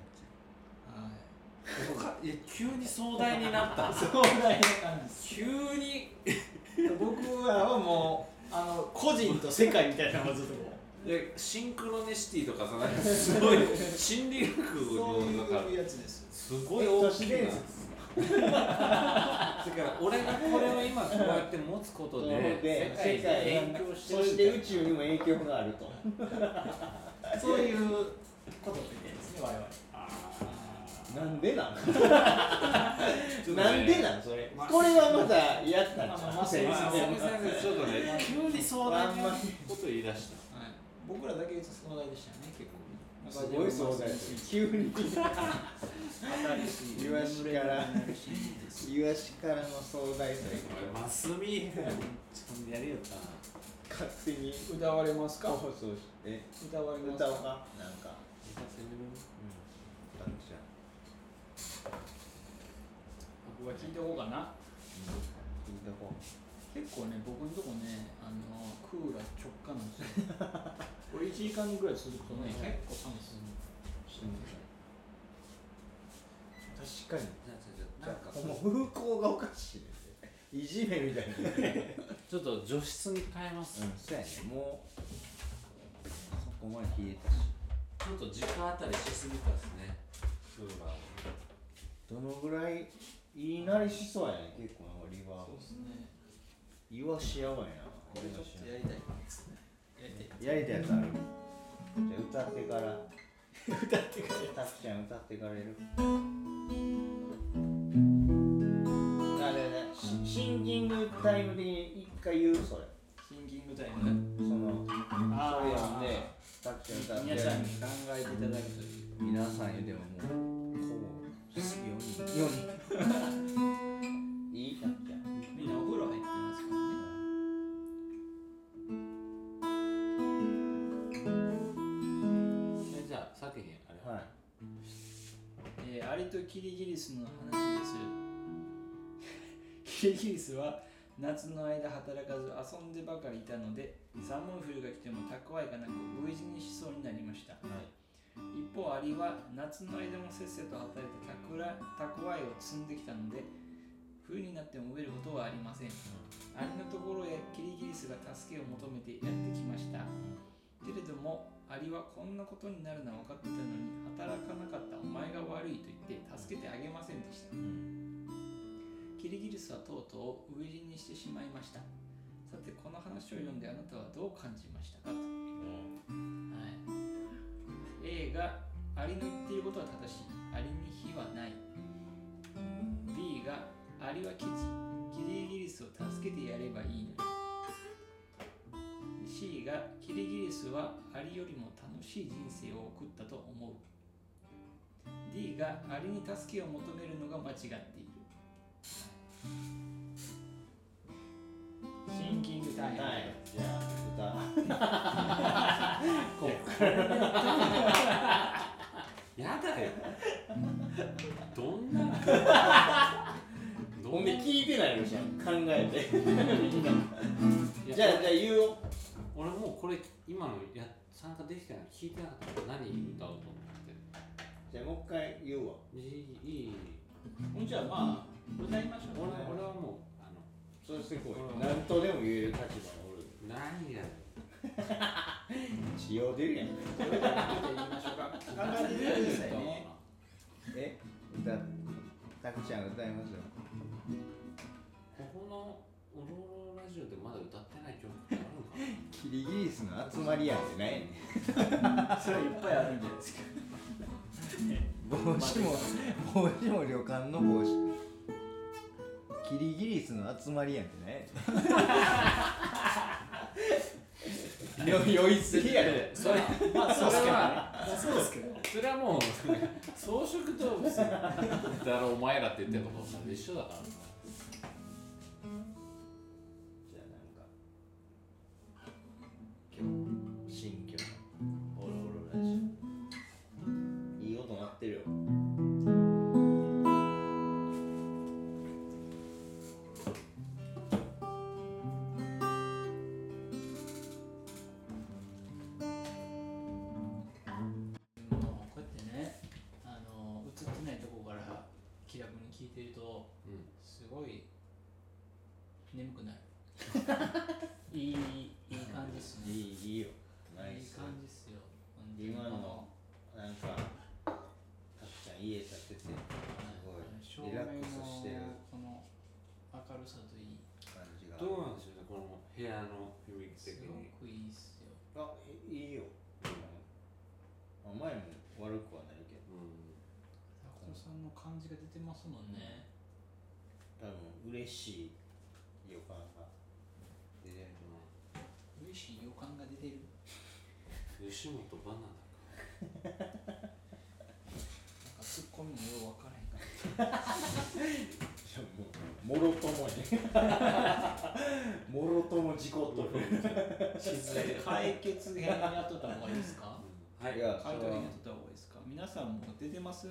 いや急に壮大にな った
壮大な感じで
急
す。
に
僕らはもう、あの、個人と世界みたいなのがずっとこう。
いやシンクロネシティとかさなんかす ごい心理学
そう
のなんか
いうやつです。
すごい大きいな
都市伝
だから俺がこれを今こうやって持つことで
で
世
世
界
界
で
が
影響して
そ
る
し
み
て
たい
宇宙にも影響があると
そういうことって言うんですね、我々。
な
なんでなん
ちょっと
な
ね
んでなんそれこれはまだやったんじゃ
まあまあ
先
まあ
生
先生ちょっとね急に壮大なこと言い出した
はい、僕らだけ言うと壮大でしたね、結構。
すごい壮大です急にイワシからイワシからの壮大さ
お前マスミちょっとやりよったな
勝手に
歌われますか
放送して
歌われます
歌おう
か
かなんかうん楽しい
僕は聞いておこうかな。
聞いとこ
結構ね、僕のとこね、あのクーラー直下なんです よ。これ1時間ぐらい続くとね、結構寒いです
う確か
なんか
にもう風向がおかしいねいじめみたいな
ちょっと除室に変えます、
うんそうやねもうそこまで冷えたし
ちょっと時間当たりしすぎたですねそうだ
どのぐらいいいなりしそうやね結構なんかリバー
そうですね。
ブイワシやばいな
これちょっとやりたいですね。やりた
や
い。
りたいやつあるじゃあ歌ってから歌ってからたくちゃん歌ってからやるあれねシシンキングタイム的に一回言うそれ
シンキングタイム。
その
あ
それや
あ
んでたくちゃん歌って
皆さんに考えていただくという。
皆さん言うてももうほぼ4人4人いいたくちゃん
みんなお風呂入ってますからね。
えじゃあ作品あれ
はい
えーアリとキリギリスの話ですキリギリスは夏の間働かず遊んでばかりいたので寒い冬が来ても蓄えがなく V 字にしそうになりました、一方アリは夏の間もせっせと働いて蓄ら蓄えを積んできたので冬になっても植えることはありません、アリのところへキリギリスが助けを求めてやってきましたけれどもアリはこんなことになるのは分かっていたのに働かなかったお前が悪いと言って助けてあげませんでしたキリギリスはとうとう飢え死にしてしまいましたさてこの話を読んであなたはどう感じましたかと、はい、A がアリの言っていることは正しいアリに非はない B がアリはケチキリギリスを助けてやればいいのに C がキリギリスはアリよりも楽しい人生を送ったと思う D がアリに助けを求めるのが間違っているシンキングタイム、
はい、じゃ あ歌こう
やだよどんなど
お
ん
め
な
え聞いてないのじゃん考えて
いや
じゃあじゃあ言おう
俺もうこれ今のや参加できてない聞いてなかったから何歌おうと思って
じゃあもう一回言うわ
いいいい
ほんじゃあまあ歌いましょ
俺
う
は俺はもうあの
それすごい
うん
何とでも言える立場におる
何や
使用出るやん
言いましょうか
考えてみてください
ろう
ねえ歌たくちゃん歌いますよ
ここのオロロラジオでまだ歌ってない曲ってあるのかな
キリギリスの集まりやんってないねん
それいっぱいあるんじゃないですか
帽子も帽子も旅館の帽子キリギリスの集まりやんってねよ酔いすぎやろ
それ
まあ
それは
まあそうですけどね
それはもう草食動物だろお前らって言ってることと一緒だからな
じゃあなんか今日新居のオロオロラジオいい音鳴ってるよ
もうこうやってねあの映ってないとこから気楽に聞いてると
うん
すごい眠 くなるいいいい感じっす
い
ねいい
いいいよナイス
感じっすよ
今のなんかたくちゃん家建ててす
照
ごい
明
リラ
の
ックスしてる
この明るさといい
感じが
どうなんでしょうねこの部屋の響き的
す
に
ごくいいっすよ
あいいよ甘いも悪くはないけど
うん
拓斗さんの感じが出てますもんね
多分嬉しい予感が出てる
嬉しい予感が出てる
吉本バナナ
なんかツッコミもよう分からへんから
じゃあもうもろともね もろとも事故っとる
解決編やっとった方がいいですか
うんはい
いや
解決編やっとった方がいいですか皆さんも出てます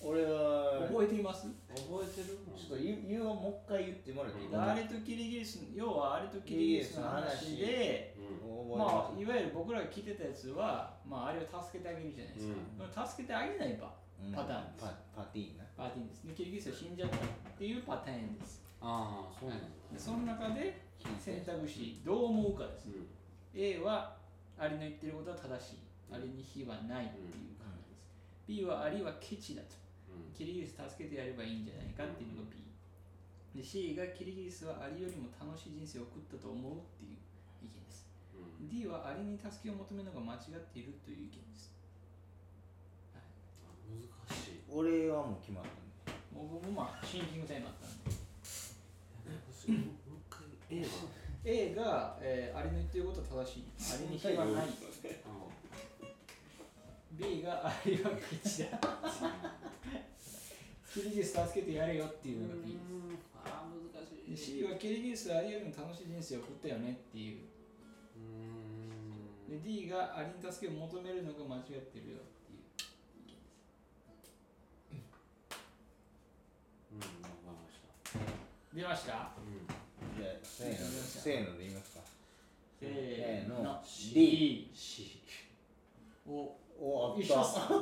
俺は
覚えています
覚えてる
ちょっと言う言うをもう一回言ってもらっていい
うん
あれとキリギリス要はあれとキリギリスの話
キリギリ
で
うん
まあ
覚え
いわゆる僕らが聞いてたやつは、まあ、あれを助けてあげるじゃないですか、でも助けてあげないパ
てます
パターンです
パパティーンな
パーティーンですでキリギリスは死んじゃったっていうパターンです
ああそうなんだ
でその中で選択肢どう思うかです
うん
A はアリの言ってることは正しいアリに非はないっていう考えです B はアリはケチだと
うん
キリギリス助けてやればいいんじゃないかっていうのが B で C がキリギリスはアリよりも楽しい人生を送ったと思うっていう意見です D はアリに助けを求めるのが間違っているという意見です
うんあ難しい
俺はもう決まったね
もう僕もまあシンキングタイムあったんで
ややこしいもうもう一回 A は
A が、えーアリの言ってることは正しいアリに非はない B がアリはケチだキリギリス助けてやれよって
う
い
ん
うのが B です
あー難
で
しい
C はキリギリスはアリよりも楽しい人生を送ったよねっていう
うーん
で D がアリに助けを求めるのが間違ってるよっていう意見で
う
す
ん、わかりました。
出ました
うん。
じゃあせーのせーので言いますか
せー
せー
の
の
D
C。
お
おあっ
一緒っす
た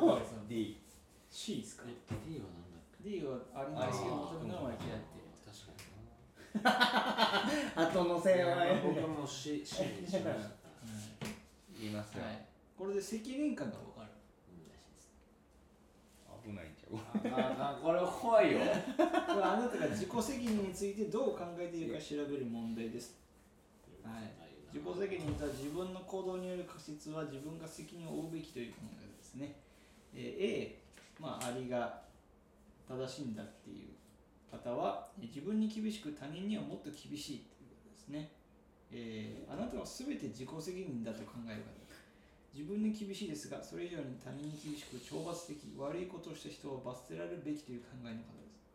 D
C ですか
え、D はなんだっけ
D はアリの助けを求めるのが間違ってる
あー確か
後のせ
に
ー
な。
の
いや僕はもう C, C にしましたから。
言いますよ、
はい、これで責任感が分かる
危ないんちゃう
ああ、これは怖いよ。
これあなたが自己責任についてどう考えているか調べる問題ですはい自己責任とは自分の行動による過失は自分が責任を負うべきという考え方ですね、えー A、まあ、アリが正しいんだっていう方はえー自分に厳しく他人にはもっと厳しいということですね、えーあなたは全て自己責任だと考える方自分に厳しいですがそれ以上に他人に厳しく懲罰的悪いことをした人を罰せられるべきという考えの方です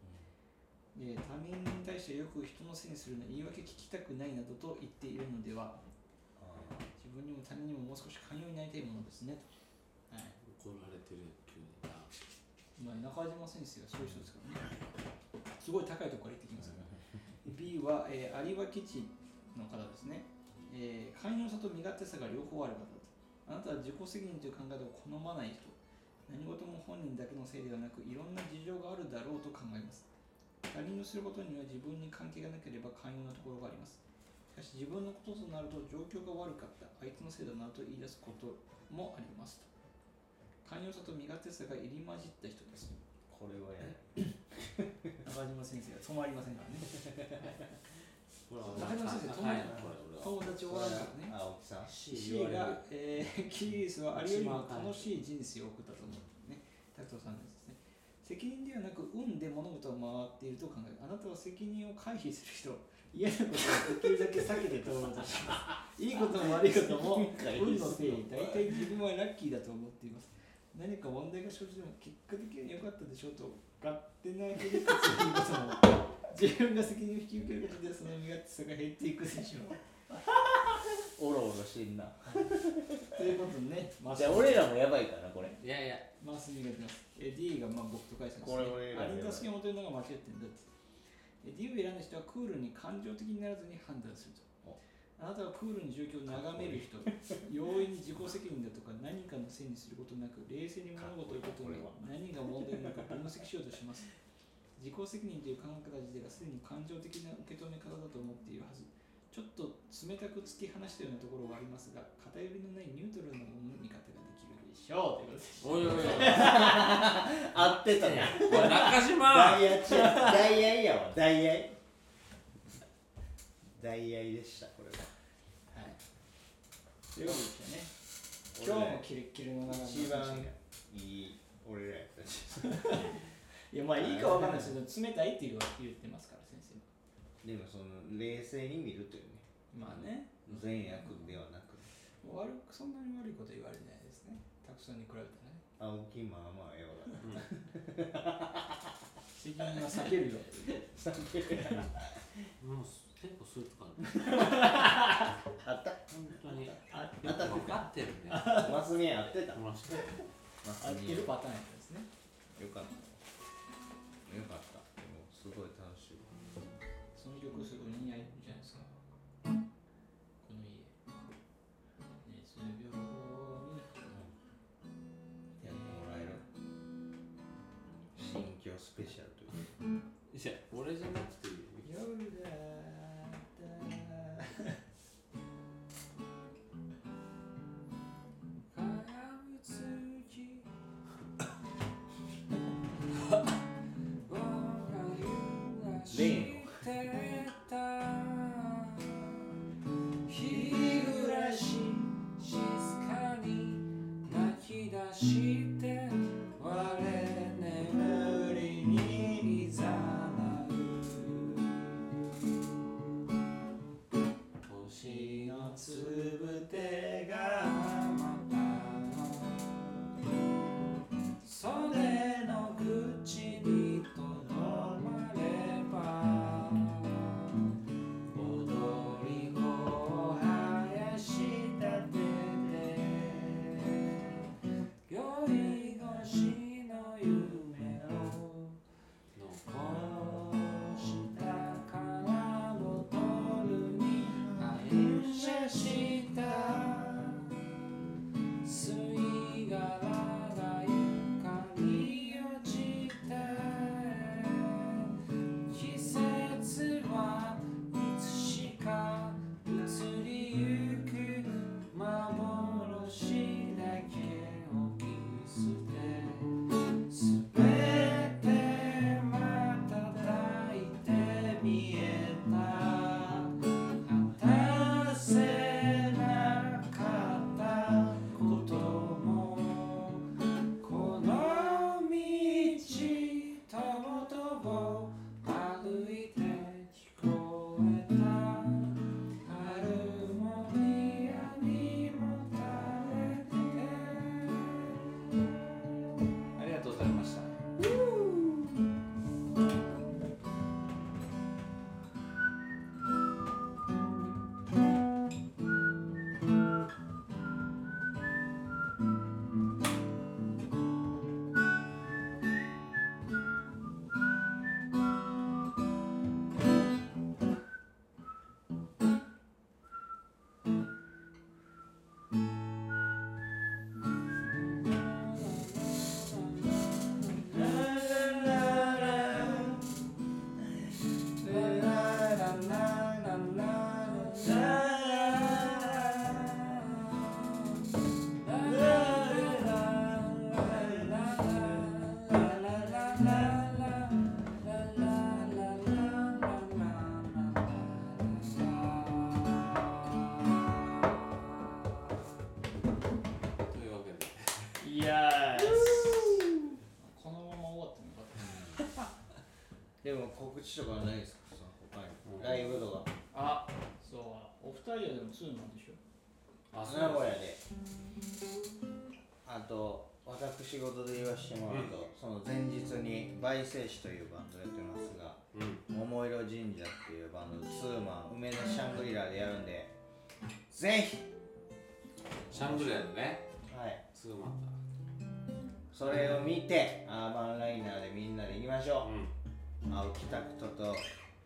で他人に対してよく人のせいにするの言い訳聞きたくないなどと言っているのでは自分にも他人にももう少し寛容になりたいものですねとはい
怒られてるよ、急に。あ
まあ中島先生はそういう人ですからねすごい高いところから行ってきますから B は、えー、アリワ基地の方ですねえー、寛容さと身勝手さが両方ある方だとあなたは自己責任という考えを好まない人何事も本人だけのせいではなくいろんな事情があるだろうと考えます他人のすることには自分に関係がなければ寛容なところがありますしかし自分のこととなると状況が悪かった相手のせいだなと言い出すこともありますと寛容さと身勝手さが入り混じった人です
これはや
中島先生が止まりませんからね
ばい
中島先生止ま
は
ら
い
ない友達おらんからね
青木さん
C が、え ーキリギリスはありよりも楽しい人生を送ったと思うね拓斗さんですね責任ではなく運で物事を回っていると考えるあなたは責任を回避する人嫌なことをできるだけ避けて通ろうと しますいいことも悪いことも運のせい大体自分はラッキーだと思っています何か問題が生じても結果的には良かったでしょうと勝手なヘリクスを言うことも自分が責任を引き受けることでその身勝手さが減っていくでしょう
おろおろしてんな
ということでね、マス
じゃあ俺らもやばいからなこれ
いやいや
マスミが出ます。え D がまあ僕と返してます、
これ俺ら
ア
やばい
リンダスケモというのが間違ってるんだって。え D を選んだ人はクールに感情的にならずに判断すると
お。
あなたはクールに状況を眺める人、容易に自己責任だとか何かのせいにすることなく、冷静に物事を受け止め、何が問題なのか分析しようとします。自己責任という考え方自体がすでに感情的な受け止め方だと思っているはず。ちょっと冷たく突き放したようなところはありますが、偏りのないニュートラルなものに見方ができるでしょう。ということです。
おいおいおい
合ってたね
おい中島
ダイヤ違うダイヤやわ ダイヤダイヤでしたこれは
はい。ということですよね。今日もキレッキレの長
一番
い
いい俺らやったし
いや、まあいいかわかんないですけど、冷たいっていう言ってますから、先生は。
でもその冷静に見るというね
まあね、
善悪ではなく
悪く、そんなに悪いこと言われないですね。たくさんに比べてね。
青木まあま あようだ
責任は避ける よ。
もう結構スープ感
あった
本当によ
あ
く分かってるね
マスミ合ってた
マス
マス
合って
ミ
る
よかっ
パターンやったんですね。
たよかったでもすごい楽しい
その曲すごい似合いじゃないですか。この家。熱病に。
やってもらえる新居スペシャルという
いや俺じゃなくていいよ
夜だった。
レ
日暮らし静かに泣き出して我眠りに誘う星のつぶてがまた袖の口にとどまれば踊り子を生やしたてで酔い越しの夢をこうしたからボトルに反射した吸い殻が床に落ちて季節はいつしか移りゆく幻だけを切り捨てすべてまた抱いて見えた果たせなかったこともこの道ともとも歩いて聞こえた春も宮にもたれ
告知とかはないですかその他
うん
にライブとか
あ
そうお二人はでもツーマンでしょ
あそう
名古屋であと私事で言わせてもらうと、その前日に「梅星子」というバンドやってますが
うん
桃色神社っていうバンドツーマン梅田シャングリラでやるんでぜひ
シャングリラのね
はい
ツーマン
それを見てアーバンライナーでみんなで行きまし
だ
ょ
う
う青木拓人と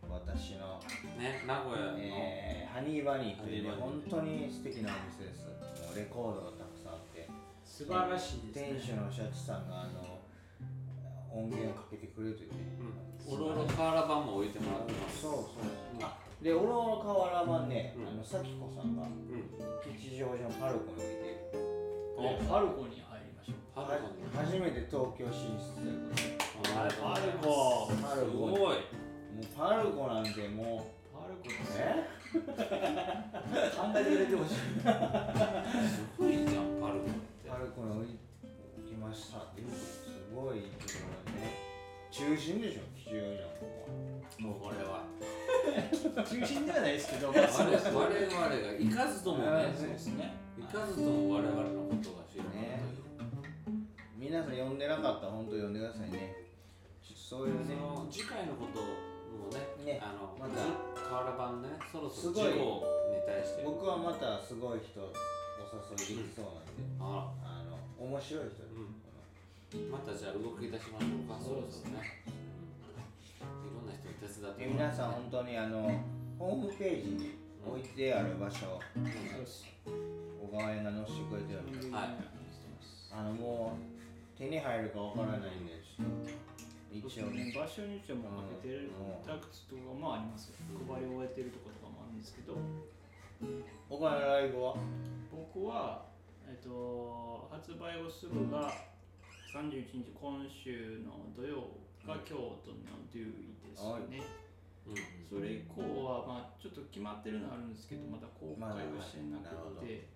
私の、
んね名古屋の、
えーハニーバニーというね
ハニーバニ
本当に素敵なお店ですもうレコードがたくさんあって
素晴らしい
店
です
主
ね
のシャチさんがあの音源をかけてくれるというね、
うん、オロロカーラ版も置いてもらってます
そうそう、あでオロオロ河原版ね、
うん
あの咲子さんが
うん
吉祥寺のパルコに置いて
いやファルコに入りましょう
パルコン
は初めて東京進出ということで
あれパルコ
パル
す
コ
ごい
もうパルコなんてもう
パルコですね
え
考えてくれてほしい
すごいじゃんパルコって
パルコに置い置きましたってすごいいいところだね中心でしょ吉祥寺のこ
もうこれは
中心ではないですけど、まあ、 そう
我々我々が行かずともね
そう
ですね
行かずとも我々のことが知らないという
は皆さん呼んでなかったら本当呼んでくださいねちょっとそういうね
その次回のこともね
ね
あの
また
河原版ねそろそろ
すごい
事故に対して
僕はまたすごい人お誘いできそうなんで、
あ
あの面白い人で、
またじゃあ動き出しましょうかそろそろねうんいろんな人に手伝って
で
も
皆
らって
さん本当にあのホームページに置いてある場所
そうです
小川園が載せてくれてるんで
はい
あのもう手に入るかわからないんでちょっと一応ね
場所によってはもう開けてるタクツとかもありますよ配り終えてるとことかもあるんですけど
小川園のライブは
僕は、えっと、発売をするが31日今週の土曜が京都のデューイですよね、
うん
それ以降は、まあ、ちょっと決まってるのはあるんですけどまだ公開はしてな
まだま
く
だ
て、で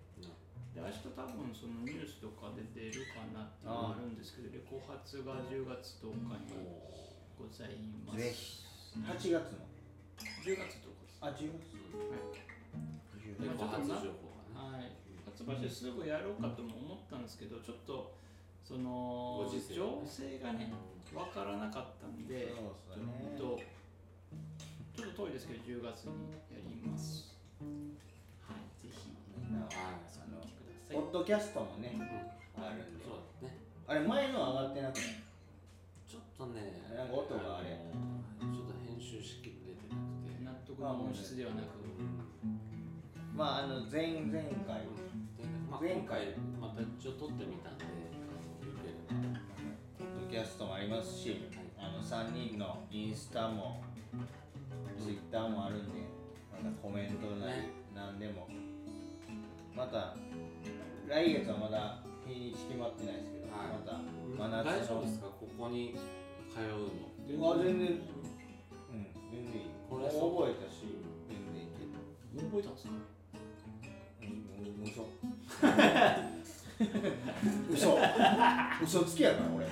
明日多分そのニュースとかで出るかなっていうのがあるんですけどレコ発が10月
う
10日
ん
にございます
ぜひ
は
8
い
月の
10月10日です
あ10月
で個発情報
まあちょっとな
がね
はい、発売してすぐやろうかとも思ったんですけどちょっとその
ご時世ね
情勢がね分からなかったん
そう
で
です
えっ
ね
とちょっと遠いですけど10月にやりますはいぜひ
みんな
はい
遊びに来てください
ポッドキャストもね
うん
あるんで
そうだね
あれ前の上がってなくて
ちょっとね
なんか音があれ
のちょっと編集しきれてなくて
納得の本質ではなく
うん
まああの前々回
でまあ
前回
今回また一応撮ってみたんであのよければ
ポッドキャストもありますし、あの3人のインスタも、ツイッターもあるんで、またコメントなり
ね、
なんでも、また来月はまだ日にち決まってないですけど、
はい
また真
大
夏
丈
の
夫ですかここに通うの
あ全然、うん、全然いい。
こ
こ
れ
れ
そう
覚えたし、全然いける。
覚えたんですか
うん、嘘。嘘。嘘つきやから、俺。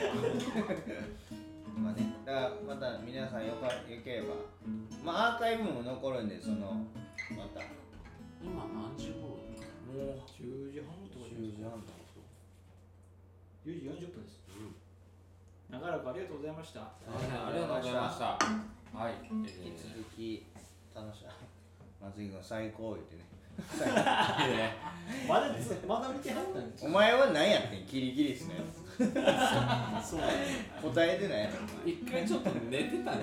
まあね、だから、また皆さんよか、よければ。まあ、アーカイブも残るんで、その、また。
今何時
も
頃
う、
10時半とか
10時半だ。
10時40分です
うん
長らくありがとうございました
ありがとうございましたはい、
引き
え
続き、楽しい。松井君、最高言ってね。
まだまだ見てはったんです
お前は何やってん、キリギリスのや
かそう
つ。答えてないやろ、
ー一回ちょっと寝てたね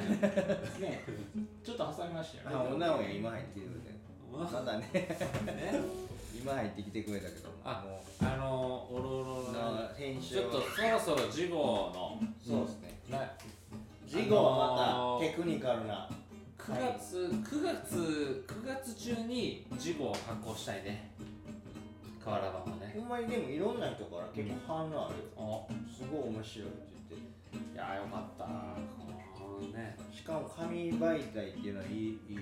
ねちょっと挟みました
お前。あ、
よね
おなおや、今入ってきてくれて。まだね、
ね
今入ってきてくれたけど、
あ
も
あのおろお
う、
ろの
な編集
ちょ
は
っとそろそろ次号の
そうですね。
ね
事後
あ
はま
のー
たテクニカルな。
9月、9月9月中に次号を発行したいね河原版はね
ほんまにでもいろんな人から結構反応あるよ。
お
すごい面白いって言っ
いやーよかったこのね
て。しかも紙媒体っていうのはいいいいよねっていう。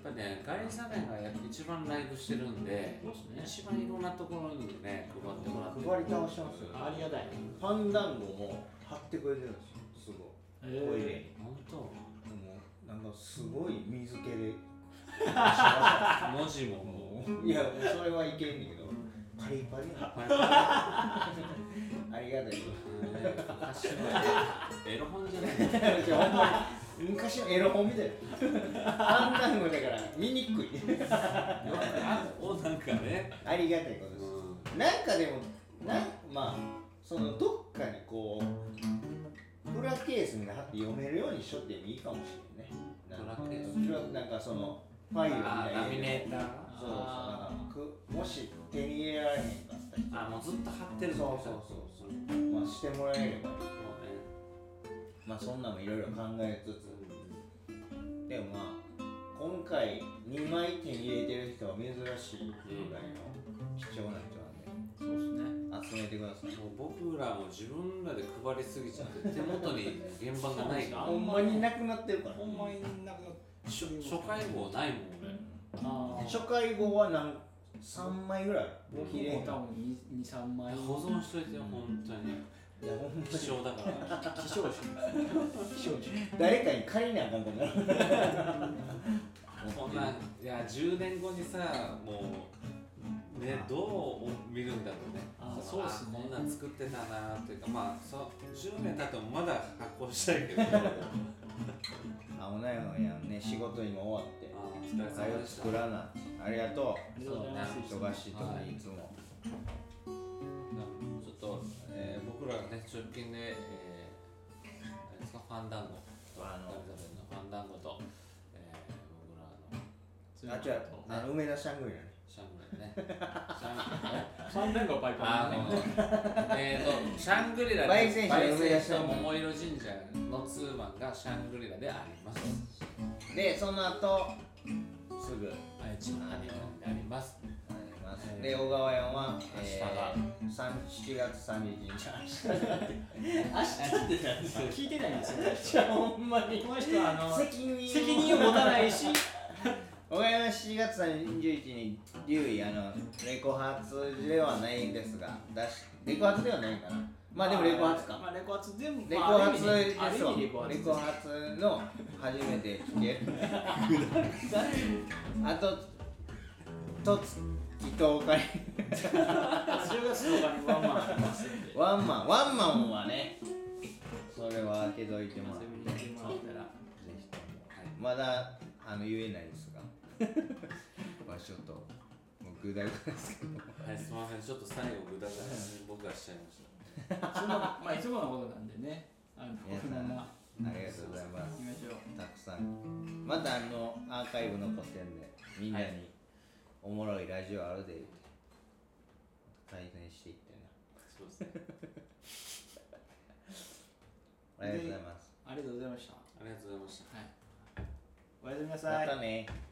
やっぱねガリサメがやっぱ一番ライブしてるんで
そうです
一
ね
番いろんなところにね配ってもらっ
配り
てる
倒してますよ
ありがたい
ファンダンゴも貼ってくれてるんですよ。すごトイレに
本当
でもなんかすごい水気で
文字もも
もういやもうそれはいけんねんけどパリパリや な
う歌
ありがたいけど
詞はエロ本じゃない
いやほんまに昔のエロ本みたいなあんなんもだから見にくい
をなんかね、
ありがたいことですなんかでもなんまあそのどっかにこう裏ケースに貼って読めるようにしとってもいいかもしれないねなんか
裏ケー
裏なんかそのファイルみ
あ
たいな
ラミネーター
そうそうなんかくもし手に入れられへんかったり
あもうずっと貼ってる
そうそう
そうそう
まあしてもらえればいい
ね
まあそんなんもいろいろ考えつつでもまあ今回2枚手に入れてる人は珍しいぐらいの貴重な人
そうですね
なんで集めてください
もう僕らも自分らで配りすぎちゃって手元に原版がないから
ほんまになくなってるから
ほんまになくなっ
初回号ないもん
あ
俺
初回号は何3枚ぐらい
僕
綺麗
も多
な
分23枚
保存しといてよ本当に
いやほんま
希
に
少だから
希少種希少種
誰かに借りなあかん ことになる
こんないや10年後にさもうねどう見るんだろうね
あそうっすね
あこんなん作ってたなというかまあそう10年経ってもまだ発行したい けどあ
青なよやんね仕事にも終わって
お疲れ
あれ
様
を
でした
作らなありがと
ありがとうございます
う忙しいとにいつも
ちょっと、えー僕らがね直近で、えーあれですかファンダンゴ
あ
ダ
の
ブルダブルのファンダンゴと、えー僕らの
あ違うあの梅田シャングリラね
シャングリラねシャング
三
リラね
連合パイパ
あ
ー
のえーとシャングリラ
焙煎所
焙
梅
煎
田
所
シャングリラ
桃色神社のツーマンがシャングリラであります
でその後すぐ
はい自慢になります
ありますで小川屋は
明日
え
が
ーさん7月3日に
聞いてないんですよ
じゃあほんまに
この人はあの
責任
責任を持たないし
小川屋は7月31日に留意あのレコ発ではないんですが出しレコ発ではないかなまあでもレコ発か
まあレコ発全部
レコ発
まあある
で
意味ある
す
意
わ
味レコ発
レコ発の初めて 聞けるあととつ伊藤会
10月とかにワンマンありますんで
ワンマンワンマンはねそれは開けといてもらって
遊びに来てもらったら
ぜひともまだあの言えないです が場所ともうグダグダですけど
はいすみませんちょっと最後グダグダに僕がしちゃいました
そんなまあいつものことなんでねあの
皆
こ
さん
のまま
ありがとうございま
行
す
きましょう
たくさんまたあのアーカイブ残ってんでみんなにおもろいラジオあるで言って改善していって
そうですね
なありがとうございます
ありがとうございました
ありがとうございました
はいおやすみなさい
またね